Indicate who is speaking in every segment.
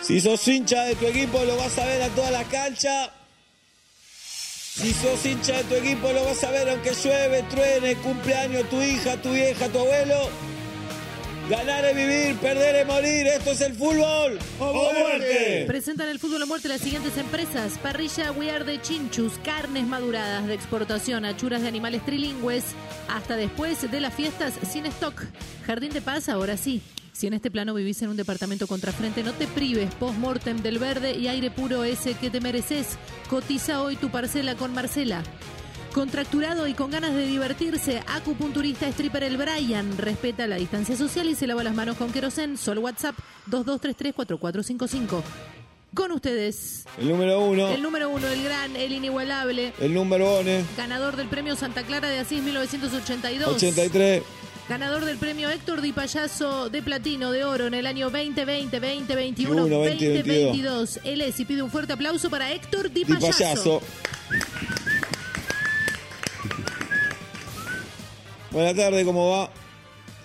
Speaker 1: Si sos hincha de tu equipo, lo vas a ver a toda la cancha. Si sos hincha de tu equipo, lo vas a ver aunque llueve, truene, cumpleaños, tu hija, tu vieja, tu abuelo. Ganar es vivir, perder es morir. Esto es el fútbol. ¡O muerte!
Speaker 2: Presentan el fútbol a muerte las siguientes empresas: parrilla We Are de Chinchus, carnes maduradas de exportación, achuras de animales trilingües, hasta después de las fiestas sin stock. Jardín de Paz, ahora sí. Si en este plano vivís en un departamento contrafrente, no te prives. Postmortem del verde y aire puro ese que te mereces. Cotiza hoy tu parcela con Marcela. Contracturado y con ganas de divertirse, acupunturista stripper el Brian respeta la distancia social y se lava las manos con querosén. Solo WhatsApp 22334455. Con ustedes,
Speaker 1: El número uno,
Speaker 2: el número uno, el gran, el inigualable,
Speaker 1: el número one, eh.
Speaker 2: ganador del premio Santa Clara de Asís 1982.
Speaker 1: 83.
Speaker 2: Ganador del premio Héctor Di Payaso de Platino de Oro en el año 2020, 2021,
Speaker 1: 21, 20,
Speaker 2: 2022. Él es y pide un fuerte aplauso para Héctor Di
Speaker 1: Di
Speaker 2: Payaso.
Speaker 1: payaso. Buenas tardes, ¿cómo va?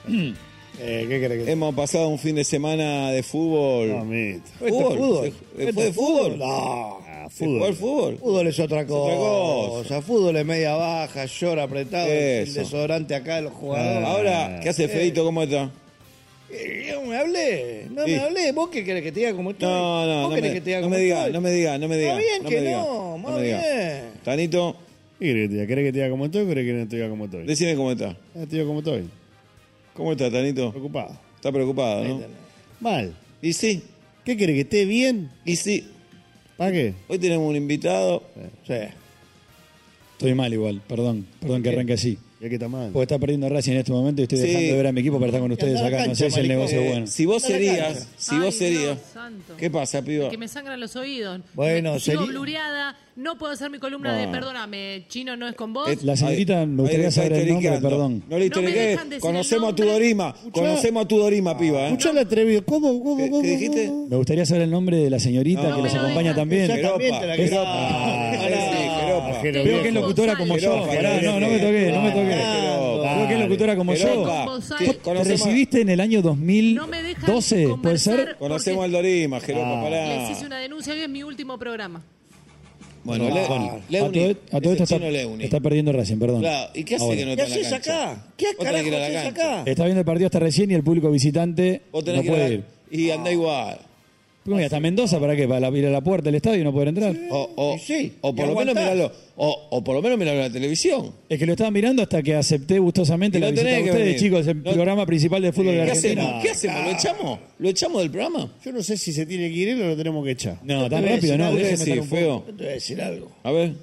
Speaker 3: Eh, ¿Qué crees que
Speaker 1: Hemos pasado un fin de semana de fútbol.
Speaker 3: No, mito.
Speaker 1: ¿Fútbol? ¿Se- fue de fútbol?
Speaker 3: No,
Speaker 1: ¿Se jugó al fútbol?
Speaker 3: Ah, Fútbol es otra cosa.
Speaker 1: otra cosa.
Speaker 3: Fútbol es media baja, llora apretado, el
Speaker 1: Eso.
Speaker 3: desodorante acá de los jugadores.
Speaker 1: Ah, Ahora, ¿qué hace Feito? ¿Cómo está?
Speaker 3: Eh, no me hablé, no
Speaker 1: Sí.
Speaker 3: me hablé. ¿Vos qué querés que te diga como estoy?
Speaker 1: No, no,
Speaker 3: ¿Vos
Speaker 1: no
Speaker 3: querés
Speaker 1: me,
Speaker 3: que te diga
Speaker 1: no
Speaker 3: como
Speaker 1: me diga,
Speaker 3: estoy?
Speaker 1: no me diga, no me diga.
Speaker 3: Más bien
Speaker 1: no
Speaker 3: que
Speaker 1: me diga,
Speaker 3: no, más
Speaker 1: me diga.
Speaker 3: bien.
Speaker 1: Tanito,
Speaker 4: ¿Qué querés que te diga? ¿Querés que te diga como estoy o querés que no te diga como estoy?
Speaker 1: decime cómo está.
Speaker 4: Ah, te digo como estoy.
Speaker 1: ¿Cómo está, Tanito?
Speaker 4: Preocupado.
Speaker 1: Está preocupado, ¿no?
Speaker 4: Mal.
Speaker 1: Y sí,
Speaker 4: ¿Qué querés que esté bien?
Speaker 1: y sí.
Speaker 4: ¿Para qué?
Speaker 1: Hoy tenemos un invitado.
Speaker 3: Sí.
Speaker 5: Estoy mal igual, perdón, perdón que arranque así.
Speaker 4: Ya que está mal.
Speaker 5: Porque está perdiendo Racing en este momento y estoy
Speaker 1: Sí.
Speaker 5: dejando de ver a mi equipo para estar con ustedes
Speaker 3: anda a la
Speaker 5: acá. No sé
Speaker 3: cancha,
Speaker 5: si el
Speaker 3: maricón.
Speaker 5: negocio es bueno.
Speaker 1: Eh, Si vos
Speaker 3: Está en la
Speaker 1: serías,
Speaker 3: cancha.
Speaker 1: si
Speaker 2: Ay,
Speaker 1: vos serías.
Speaker 2: Dios santo.
Speaker 1: ¿Qué pasa, piba?
Speaker 2: Que me sangran los oídos.
Speaker 3: Bueno,
Speaker 2: Me- sigo
Speaker 3: sería-
Speaker 2: blureada, no puedo hacer mi columna de perdóname, chino no es con vos.
Speaker 1: Eh,
Speaker 5: La señorita,
Speaker 1: ahí-
Speaker 5: me gustaría
Speaker 1: ahí está
Speaker 5: saber el nombre,
Speaker 1: histeriqueando.
Speaker 5: perdón.
Speaker 1: No le
Speaker 2: No me
Speaker 1: histeriquees.
Speaker 2: dejan decir
Speaker 1: Conocemos
Speaker 2: el
Speaker 1: a tu
Speaker 2: nombre.
Speaker 1: dorima. Conocemos a tu dorima, piba. ¿eh?
Speaker 4: Escuchá el atrevido. ¿Cómo? ¿Cómo?
Speaker 1: ¿Qué-
Speaker 4: cómo,
Speaker 1: qué
Speaker 4: cómo,
Speaker 1: dijiste?
Speaker 4: cómo?
Speaker 5: Me gustaría saber el nombre de la señorita
Speaker 1: No,
Speaker 5: que
Speaker 1: me
Speaker 5: nos
Speaker 1: lo
Speaker 5: acompaña
Speaker 2: dejan.
Speaker 5: también.
Speaker 3: Yo
Speaker 1: Jeropa.
Speaker 3: también te la
Speaker 1: Es-
Speaker 3: quiero.
Speaker 1: Ah, pará,
Speaker 3: Jeropa.
Speaker 1: Jeropa.
Speaker 4: Jero-
Speaker 5: Veo que es locutora como yo.
Speaker 1: Jeropa,
Speaker 5: Pará, no, no me toqué, no me toqué.
Speaker 1: Jeropa.
Speaker 5: Veo que es locutora como
Speaker 1: Jeropa,
Speaker 5: yo.
Speaker 2: Jeropa.
Speaker 1: que-
Speaker 2: Te
Speaker 5: ¿Te
Speaker 1: conocemos-
Speaker 5: recibiste en el año
Speaker 2: No me dejan
Speaker 5: 2012? ¿Puede
Speaker 2: conversar
Speaker 5: ser?
Speaker 1: Conocemos al Dorima, Jeropa,
Speaker 5: Ah.
Speaker 2: Les hice
Speaker 1: pará.
Speaker 2: una denuncia, hoy es mi último programa.
Speaker 1: Bueno,
Speaker 5: Ah,
Speaker 1: Le-
Speaker 5: bueno. a
Speaker 1: Leuni.
Speaker 5: todo, a todo
Speaker 1: es
Speaker 5: esto
Speaker 1: el
Speaker 5: está,
Speaker 1: chino Leuni.
Speaker 5: está perdiendo Racing, perdón.
Speaker 1: Claro, ¿y qué hace
Speaker 5: Ahora.
Speaker 1: que no
Speaker 3: ¿Qué
Speaker 1: está en la
Speaker 3: haces
Speaker 1: cancha?
Speaker 3: acá? ¿Qué
Speaker 1: Vos tenés que ir
Speaker 3: carajo
Speaker 1: a la
Speaker 3: haces
Speaker 1: cancha.
Speaker 3: acá?
Speaker 5: Está viendo el partido hasta recién y el público visitante
Speaker 1: Vos tenés
Speaker 5: no
Speaker 1: que ir a
Speaker 5: puede
Speaker 1: la-
Speaker 5: ir.
Speaker 1: Y anda
Speaker 3: Ah.
Speaker 1: igual.
Speaker 5: Porque mira, hasta Mendoza, ¿para qué? ¿Para la- ir a la puerta del estadio y no poder entrar?
Speaker 1: O, o,
Speaker 3: Y sí,
Speaker 1: o por
Speaker 3: y
Speaker 1: lo menos
Speaker 3: aguantá.
Speaker 1: miralo, o, o por lo menos miralo en la televisión.
Speaker 5: Es que lo estaba mirando hasta que acepté gustosamente
Speaker 1: Y
Speaker 5: la
Speaker 1: no
Speaker 5: visita
Speaker 1: tenés
Speaker 5: de
Speaker 1: que
Speaker 5: ustedes,
Speaker 1: venir.
Speaker 5: chicos, el
Speaker 1: No-
Speaker 5: programa principal de fútbol de
Speaker 1: ¿Qué
Speaker 5: Argentina.
Speaker 1: hacemos? ¿Qué hacemos? ¿Lo
Speaker 3: Ah.
Speaker 1: echamos? ¿Lo echamos del programa?
Speaker 4: Yo no sé si se tiene que ir o lo tenemos que echar.
Speaker 5: No,
Speaker 3: Te
Speaker 5: tan
Speaker 3: voy a
Speaker 5: rápido
Speaker 3: decir
Speaker 5: no,
Speaker 3: algo,
Speaker 1: ¿Qué
Speaker 5: déjenme estar
Speaker 1: decís,
Speaker 5: un poco-
Speaker 1: feo?
Speaker 3: Yo te voy a decir algo.
Speaker 1: A ver,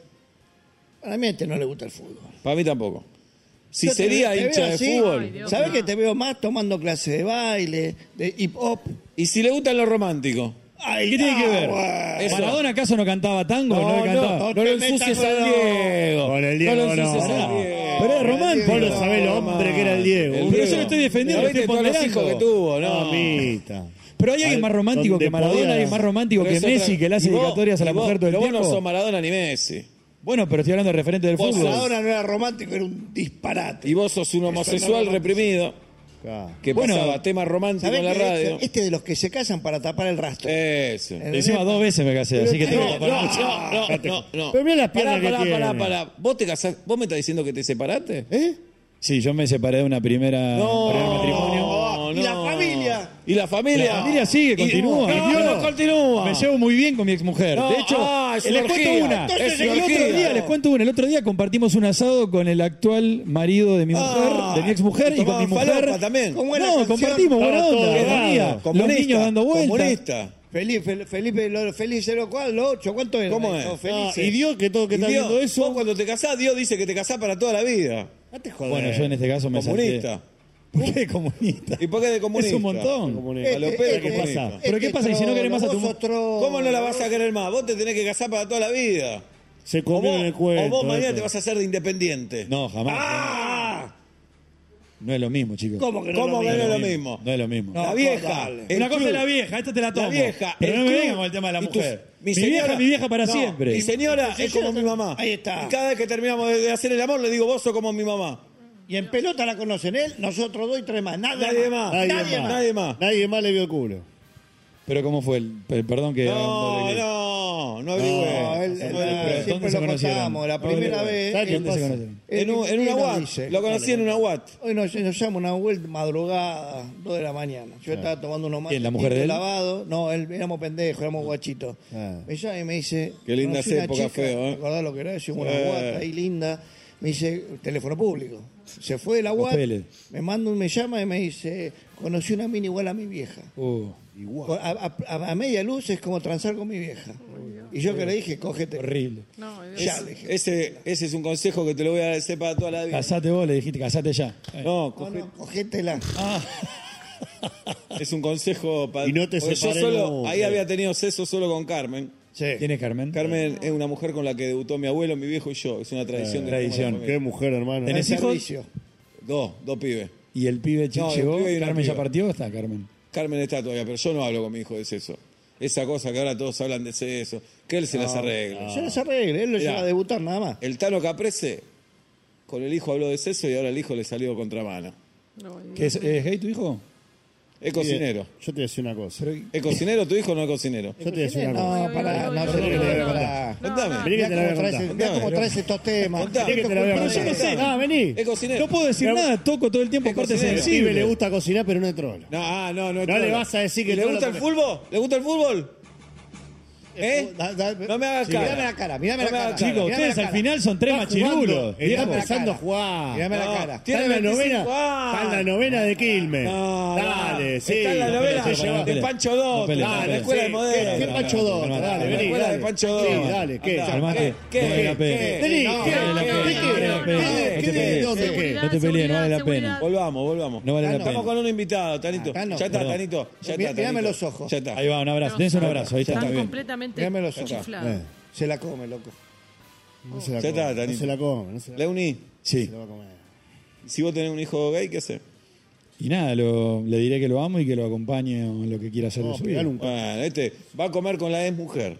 Speaker 3: A mí a este no le gusta el fútbol.
Speaker 1: para mí tampoco. Si
Speaker 3: Yo te
Speaker 1: sería
Speaker 3: veo- te
Speaker 1: hincha
Speaker 3: veo
Speaker 1: de
Speaker 3: así,
Speaker 2: Ay,
Speaker 1: fútbol.
Speaker 2: Dios.
Speaker 3: ¿Sabés
Speaker 2: no.
Speaker 3: que te veo más tomando clases de baile, de hip hop?
Speaker 1: Y si le gustan los románticos.
Speaker 3: Ay,
Speaker 5: ¿Qué tiene que ver?
Speaker 3: agua.
Speaker 1: Eso.
Speaker 5: ¿Maradona acaso no cantaba tango? No, le cantaba.
Speaker 1: Oh, no,
Speaker 3: No
Speaker 1: lo
Speaker 3: te
Speaker 1: ensucies
Speaker 3: metas con
Speaker 1: al
Speaker 3: los-
Speaker 1: Diego.
Speaker 4: Con el Diego,
Speaker 1: lo ensucies
Speaker 4: no,
Speaker 1: al
Speaker 4: no.
Speaker 1: Diego.
Speaker 5: Pero es romántico.
Speaker 4: Vos no sabés lo hombre que era el Diego.
Speaker 1: El
Speaker 4: Pero
Speaker 1: Diego.
Speaker 4: yo lo estoy
Speaker 1: ¿No
Speaker 5: defendiendo, lo
Speaker 1: viste
Speaker 5: estoy
Speaker 1: todos los
Speaker 5: ponderando.
Speaker 1: hijos que tuvo, no.
Speaker 4: Mamita.
Speaker 5: Pero hay alguien
Speaker 4: Al-
Speaker 5: más romántico
Speaker 4: donde
Speaker 5: que Maradona,
Speaker 4: podía-
Speaker 5: alguien más romántico
Speaker 1: Pero
Speaker 5: que
Speaker 1: es otra-
Speaker 5: Messi, que le hace
Speaker 1: y vos-
Speaker 5: dedicatorias a la
Speaker 1: y vos-
Speaker 5: mujer todo el
Speaker 1: pero
Speaker 5: tiempo.
Speaker 1: vos no sos Maradona ni Messi.
Speaker 5: Bueno, pero estoy hablando de referente del
Speaker 1: Vos
Speaker 5: fútbol.
Speaker 3: Ahora no era romántico, era un disparate.
Speaker 1: Y vos sos un homosexual reprimido
Speaker 4: Acá.
Speaker 1: que
Speaker 5: Bueno,
Speaker 1: pasaba temas románticos
Speaker 3: ¿Sabés
Speaker 1: en la
Speaker 3: que
Speaker 1: radio. Eh.
Speaker 3: este, este de los que se casan para tapar el rastro?
Speaker 1: Eso.
Speaker 5: Encima dos veces me casé, así que
Speaker 3: Pero-
Speaker 5: tengo
Speaker 1: No, no,
Speaker 5: que parar.
Speaker 1: no, no, no, no.
Speaker 4: Pero mirá las piernas
Speaker 1: Pará,
Speaker 4: que
Speaker 1: pará,
Speaker 4: tiene.
Speaker 1: pará, pará. ¿Vos te casás? ¿Vos me estás diciendo que te separaste?
Speaker 4: ¿Eh?
Speaker 5: Sí, yo me separé de una primera, primer matrimonio.
Speaker 3: no. ¿Y la familia?
Speaker 1: ¿Y la Oh, familia?
Speaker 5: La familia
Speaker 1: Y-
Speaker 5: sigue,
Speaker 1: ¿eh?
Speaker 5: continúa.
Speaker 1: No, no,
Speaker 5: Yo
Speaker 1: continúa.
Speaker 5: Me llevo muy bien con mi exmujer.
Speaker 1: No,
Speaker 5: de hecho,
Speaker 1: ah, es una
Speaker 5: les cuento
Speaker 1: orgía.
Speaker 5: una.
Speaker 1: Entonces,
Speaker 5: el
Speaker 1: es una
Speaker 5: otro
Speaker 1: orgía.
Speaker 5: día, les cuento una. El otro día compartimos un asado con el actual marido de mi mujer,
Speaker 1: Ah,
Speaker 5: de mi exmujer y con mi
Speaker 1: tomaban falopa
Speaker 5: mujer.
Speaker 1: también.
Speaker 3: ¿Cómo era la
Speaker 5: No,
Speaker 3: canción?
Speaker 5: compartimos, buena
Speaker 4: Estaba todo
Speaker 5: onda.
Speaker 4: drogado.
Speaker 5: armonía. Los
Speaker 1: Comunista,
Speaker 5: niños dando vueltas.
Speaker 1: Comunista.
Speaker 3: Felipe, Fel- Felipe, lo- Felice, lo cual, lo ocho, ¿cuánto era?
Speaker 1: ¿Cómo es?
Speaker 3: No,
Speaker 4: Ah,
Speaker 3: Felice.
Speaker 4: y Dios que todo que
Speaker 1: Y
Speaker 4: está
Speaker 1: Dios,
Speaker 4: viendo
Speaker 1: vos
Speaker 4: eso.
Speaker 1: cuando te casás, Dios dice que te casás para toda la vida.
Speaker 4: No te jodas.
Speaker 5: Bueno, yo en este caso me
Speaker 1: Comunista.
Speaker 5: salté. ¿Por qué comunista?
Speaker 1: ¿Y por qué de comunista?
Speaker 5: Es un montón.
Speaker 4: Comunista.
Speaker 1: Falopero
Speaker 3: Este,
Speaker 5: ¿Qué
Speaker 3: este,
Speaker 1: comunista.
Speaker 5: pasa? ¿Pero qué
Speaker 3: este
Speaker 5: pasa? Y si no querés más a tu
Speaker 3: trolo,
Speaker 5: mu-
Speaker 3: vos sos trolo.
Speaker 1: ¿Cómo no la vas a querer más? Vos te tenés que casar para toda la vida.
Speaker 4: Se
Speaker 1: O
Speaker 4: comió
Speaker 1: vos,
Speaker 4: en el
Speaker 1: o
Speaker 4: cuento.
Speaker 1: vos mañana
Speaker 4: esto.
Speaker 1: te vas a hacer de independiente. ¡Ah!
Speaker 5: No, jamás. No es lo mismo, chicos.
Speaker 3: ¿Cómo que no?
Speaker 1: ¿Cómo
Speaker 3: lo
Speaker 1: que no es
Speaker 3: mismo?
Speaker 1: lo mismo?
Speaker 5: No es lo mismo.
Speaker 3: No,
Speaker 1: la vieja.
Speaker 3: dale.
Speaker 1: el
Speaker 5: una cosa
Speaker 1: club,
Speaker 5: es la vieja, esta te la tomo.
Speaker 1: La vieja.
Speaker 5: Pero no
Speaker 1: el
Speaker 5: me
Speaker 1: club,
Speaker 5: vengan con el tema de la
Speaker 1: y tus-
Speaker 5: mujer.
Speaker 1: mi,
Speaker 5: mi,
Speaker 1: señora-
Speaker 5: vieja, mi vieja para
Speaker 1: No,
Speaker 5: siempre.
Speaker 1: Mi señora es como mi mamá.
Speaker 3: Ahí está.
Speaker 1: Y cada vez que terminamos de de hacer el amor, le digo, vos sos como mi mamá.
Speaker 3: Y en pelota la ¿eh? conocen él, nosotros dos y tres más. Nada
Speaker 1: Nadie más.
Speaker 3: Nadie más.
Speaker 1: Nadie más.
Speaker 4: Nadie más le vio el culo.
Speaker 5: Pero ¿cómo fue? el- pe- Perdón que...
Speaker 1: No, no, no averigüé.
Speaker 3: No, él- él-
Speaker 1: No averigüé.
Speaker 5: ¿dónde
Speaker 3: siempre
Speaker 5: se
Speaker 3: lo
Speaker 5: conocieron?
Speaker 3: contamos. La
Speaker 5: No,
Speaker 3: primera
Speaker 5: no,
Speaker 3: vez.
Speaker 5: ¿sabes
Speaker 3: él
Speaker 5: dónde se
Speaker 3: pasa-
Speaker 5: conocieron?
Speaker 4: Eh,
Speaker 3: él-
Speaker 1: En, un- en
Speaker 3: él
Speaker 1: una
Speaker 3: nos
Speaker 1: UAT.
Speaker 3: dice.
Speaker 1: Lo conocí en una UAT.
Speaker 3: Hoy nos, nos llama una vuelta madrugada, 2 de la mañana. Yo
Speaker 1: Ah.
Speaker 3: estaba tomando unos mates.
Speaker 5: ¿Quién, la mujer de él?
Speaker 3: Lavado. No, él, éramos pendejos, éramos guachitos.
Speaker 4: Ah.
Speaker 3: Me llama y me dice...
Speaker 1: Qué linda
Speaker 3: "Conocí una
Speaker 1: época,
Speaker 3: chica,
Speaker 1: feo, ¿eh?
Speaker 3: ¿te acordás lo que era? Hicimos una
Speaker 1: Eh.
Speaker 3: guata ahí linda. Me dice, teléfono público. Se fue de la UAT,
Speaker 5: Papeles.
Speaker 3: me manda un, me llama y me dice, conocí una mina igual a mi vieja.
Speaker 5: Uh,
Speaker 3: A, a- a- a media luz es como transar con mi vieja. y yo que le dije, cógete.
Speaker 5: horrible.
Speaker 2: No, es-
Speaker 3: Ya, le dije.
Speaker 1: Ese, ese es un consejo que te lo voy a decir para toda la vida.
Speaker 5: Casate vos, le dijiste, casate ya. Eh,
Speaker 1: No,
Speaker 3: No,
Speaker 1: coge-
Speaker 3: no, cógetela.
Speaker 1: es un consejo para.
Speaker 4: Y no te
Speaker 1: Porque yo
Speaker 4: separé
Speaker 1: solo,
Speaker 4: nunca.
Speaker 1: Ahí había tenido sexo solo con Carmen.
Speaker 3: Sí.
Speaker 5: ¿Quién es Carmen?
Speaker 1: Carmen es una mujer con la que debutó mi abuelo, mi viejo y yo. Es una tradición.
Speaker 4: Eh,
Speaker 1: que tenemos en la
Speaker 5: tradición.
Speaker 1: familia.
Speaker 4: Qué mujer, hermano.
Speaker 5: ¿Tenés
Speaker 3: Al
Speaker 5: hijos?
Speaker 3: servicio.
Speaker 1: Dos, dos pibes.
Speaker 5: ¿Y el pibe che-
Speaker 1: No, el
Speaker 5: llegó?
Speaker 1: pibe y una
Speaker 5: ¿Carmen ya
Speaker 1: piba.
Speaker 5: partió? ¿Está Carmen?
Speaker 1: Carmen está todavía, pero yo no hablo con mi hijo de sexo. Esa cosa que ahora todos hablan de sexo, que él se las arregla.
Speaker 3: Yo las arreglé, él lo
Speaker 1: Mirá.
Speaker 3: lleva a debutar nada más.
Speaker 1: El Tano Caprese con el hijo habló de sexo y ahora el hijo le salió contramano.
Speaker 2: no,
Speaker 5: ¿Qué es, ¿Es gay tu hijo?
Speaker 1: Es
Speaker 4: Mire,
Speaker 1: cocinero.
Speaker 4: Yo te voy a decir una cosa. Yo
Speaker 1: ¿Es cocinero tu hijo o no es cocinero?
Speaker 4: te voy a decir una cosa.
Speaker 3: No,
Speaker 2: no,
Speaker 3: pará, no,
Speaker 2: no, no,
Speaker 3: se
Speaker 2: no,
Speaker 3: le
Speaker 2: no,
Speaker 3: debe
Speaker 2: no,
Speaker 3: contar.
Speaker 2: no,
Speaker 1: Contame.
Speaker 2: no.
Speaker 4: Vení que
Speaker 3: Mirá
Speaker 4: te la voy a
Speaker 3: cómo traes-
Speaker 4: contar.
Speaker 3: mirá cómo
Speaker 1: Contame.
Speaker 3: traes estos temas.
Speaker 1: Contame.
Speaker 3: Mirá
Speaker 4: Mirá que te la voy a
Speaker 3: culpa
Speaker 1: contar.
Speaker 3: de-
Speaker 1: Yo no sé.
Speaker 4: Ah, vení.
Speaker 1: Es cocinero.
Speaker 5: No puedo decir
Speaker 4: Pero-
Speaker 5: nada, toco todo el tiempo,
Speaker 1: Es
Speaker 5: aparte es
Speaker 1: cocinero.
Speaker 4: El pibe le
Speaker 5: sensible.
Speaker 4: gusta cocinar, pero no es trono.
Speaker 1: No, ah, no, no. es
Speaker 4: No le
Speaker 1: trola.
Speaker 4: vas a decir que
Speaker 1: ¿Y ¿Le
Speaker 4: trola
Speaker 1: gusta el
Speaker 4: porque-
Speaker 1: fútbol? ¿Le gusta el fútbol? ¿Eh?
Speaker 3: Da- da-
Speaker 1: No me hagas
Speaker 3: Sí,
Speaker 1: cara.
Speaker 3: Mirame la cara, mirame
Speaker 1: No
Speaker 3: la
Speaker 1: me
Speaker 3: cara.
Speaker 1: hagas
Speaker 5: Chicos,
Speaker 1: cara.
Speaker 3: mirame
Speaker 5: ustedes
Speaker 3: la
Speaker 5: al
Speaker 3: cara.
Speaker 5: final son tres machirulos.
Speaker 4: Está
Speaker 3: Mirá la
Speaker 4: empezando a
Speaker 3: cara.
Speaker 4: jugar.
Speaker 3: Mirame la
Speaker 1: No,
Speaker 3: cara.
Speaker 1: tiene
Speaker 4: Está en la
Speaker 1: 25
Speaker 4: novena.
Speaker 1: años.
Speaker 4: Está en la novena de Quilmes.
Speaker 1: No,
Speaker 4: Dale,
Speaker 1: no.
Speaker 4: sí.
Speaker 1: Está en la
Speaker 4: pero
Speaker 1: novela
Speaker 4: te lleva-
Speaker 1: de
Speaker 5: pelea.
Speaker 1: Pancho Dotto.
Speaker 5: No pelea, no
Speaker 1: la
Speaker 5: pelea.
Speaker 1: escuela de
Speaker 4: Sí,
Speaker 1: modelo.
Speaker 4: ¿Qué
Speaker 5: no,
Speaker 4: Pancho
Speaker 5: no,
Speaker 4: Dota?
Speaker 5: no,
Speaker 4: Dale,
Speaker 5: no,
Speaker 4: vení.
Speaker 1: no, no,
Speaker 4: dale.
Speaker 1: de Pancho Dota.
Speaker 4: Sí, dale, ¿qué?
Speaker 1: Andá.
Speaker 5: Calmate.
Speaker 1: ¿Qué?
Speaker 5: No vale la pena.
Speaker 1: ¿Qué?
Speaker 4: Vení,
Speaker 1: No,
Speaker 4: ¿qué?
Speaker 1: vale la pena.
Speaker 4: ¿Qué? ¿Qué?
Speaker 1: No vale la pena.
Speaker 4: ¿Qué? ¿Qué?
Speaker 1: ¿Qué?
Speaker 4: ¿Qué?
Speaker 1: ¿Dónde?
Speaker 4: ¿Dónde?
Speaker 2: Seguridad,
Speaker 5: No te pelees, no vale la
Speaker 2: seguridad,
Speaker 5: pena.
Speaker 1: Volvamos, volvamos.
Speaker 5: No vale la
Speaker 3: Ah, no,
Speaker 5: pena.
Speaker 1: Vamos con un invitado, Tanito.
Speaker 3: Ah, Tano.
Speaker 1: ya está,
Speaker 5: Perdón.
Speaker 1: Tanito. Ya
Speaker 3: Mi-
Speaker 1: está,
Speaker 3: mirame
Speaker 1: Tanito.
Speaker 3: los ojos.
Speaker 1: Ya está.
Speaker 5: Ahí va, un abrazo. Dense un abrazo. Ahí está,
Speaker 2: Están
Speaker 5: está bien.
Speaker 2: completamente
Speaker 3: Mirame los ojos.
Speaker 2: chiflados.
Speaker 4: Eh.
Speaker 3: Se la come, loco.
Speaker 4: No se la
Speaker 1: Ya está,
Speaker 4: come, no
Speaker 1: Tanito.
Speaker 4: se la come, no se la-
Speaker 1: Leoní,
Speaker 5: Sí.
Speaker 4: se la va a comer.
Speaker 1: si vos tenés un hijo gay, ¿qué haces?
Speaker 5: Y nada, lo- le diré que lo amo y que lo acompañe en lo que quiera hacer de
Speaker 4: Vamos
Speaker 5: su
Speaker 4: a
Speaker 5: vida.
Speaker 4: pegarle un c-
Speaker 1: Bueno, este va a comer con la ex mujer,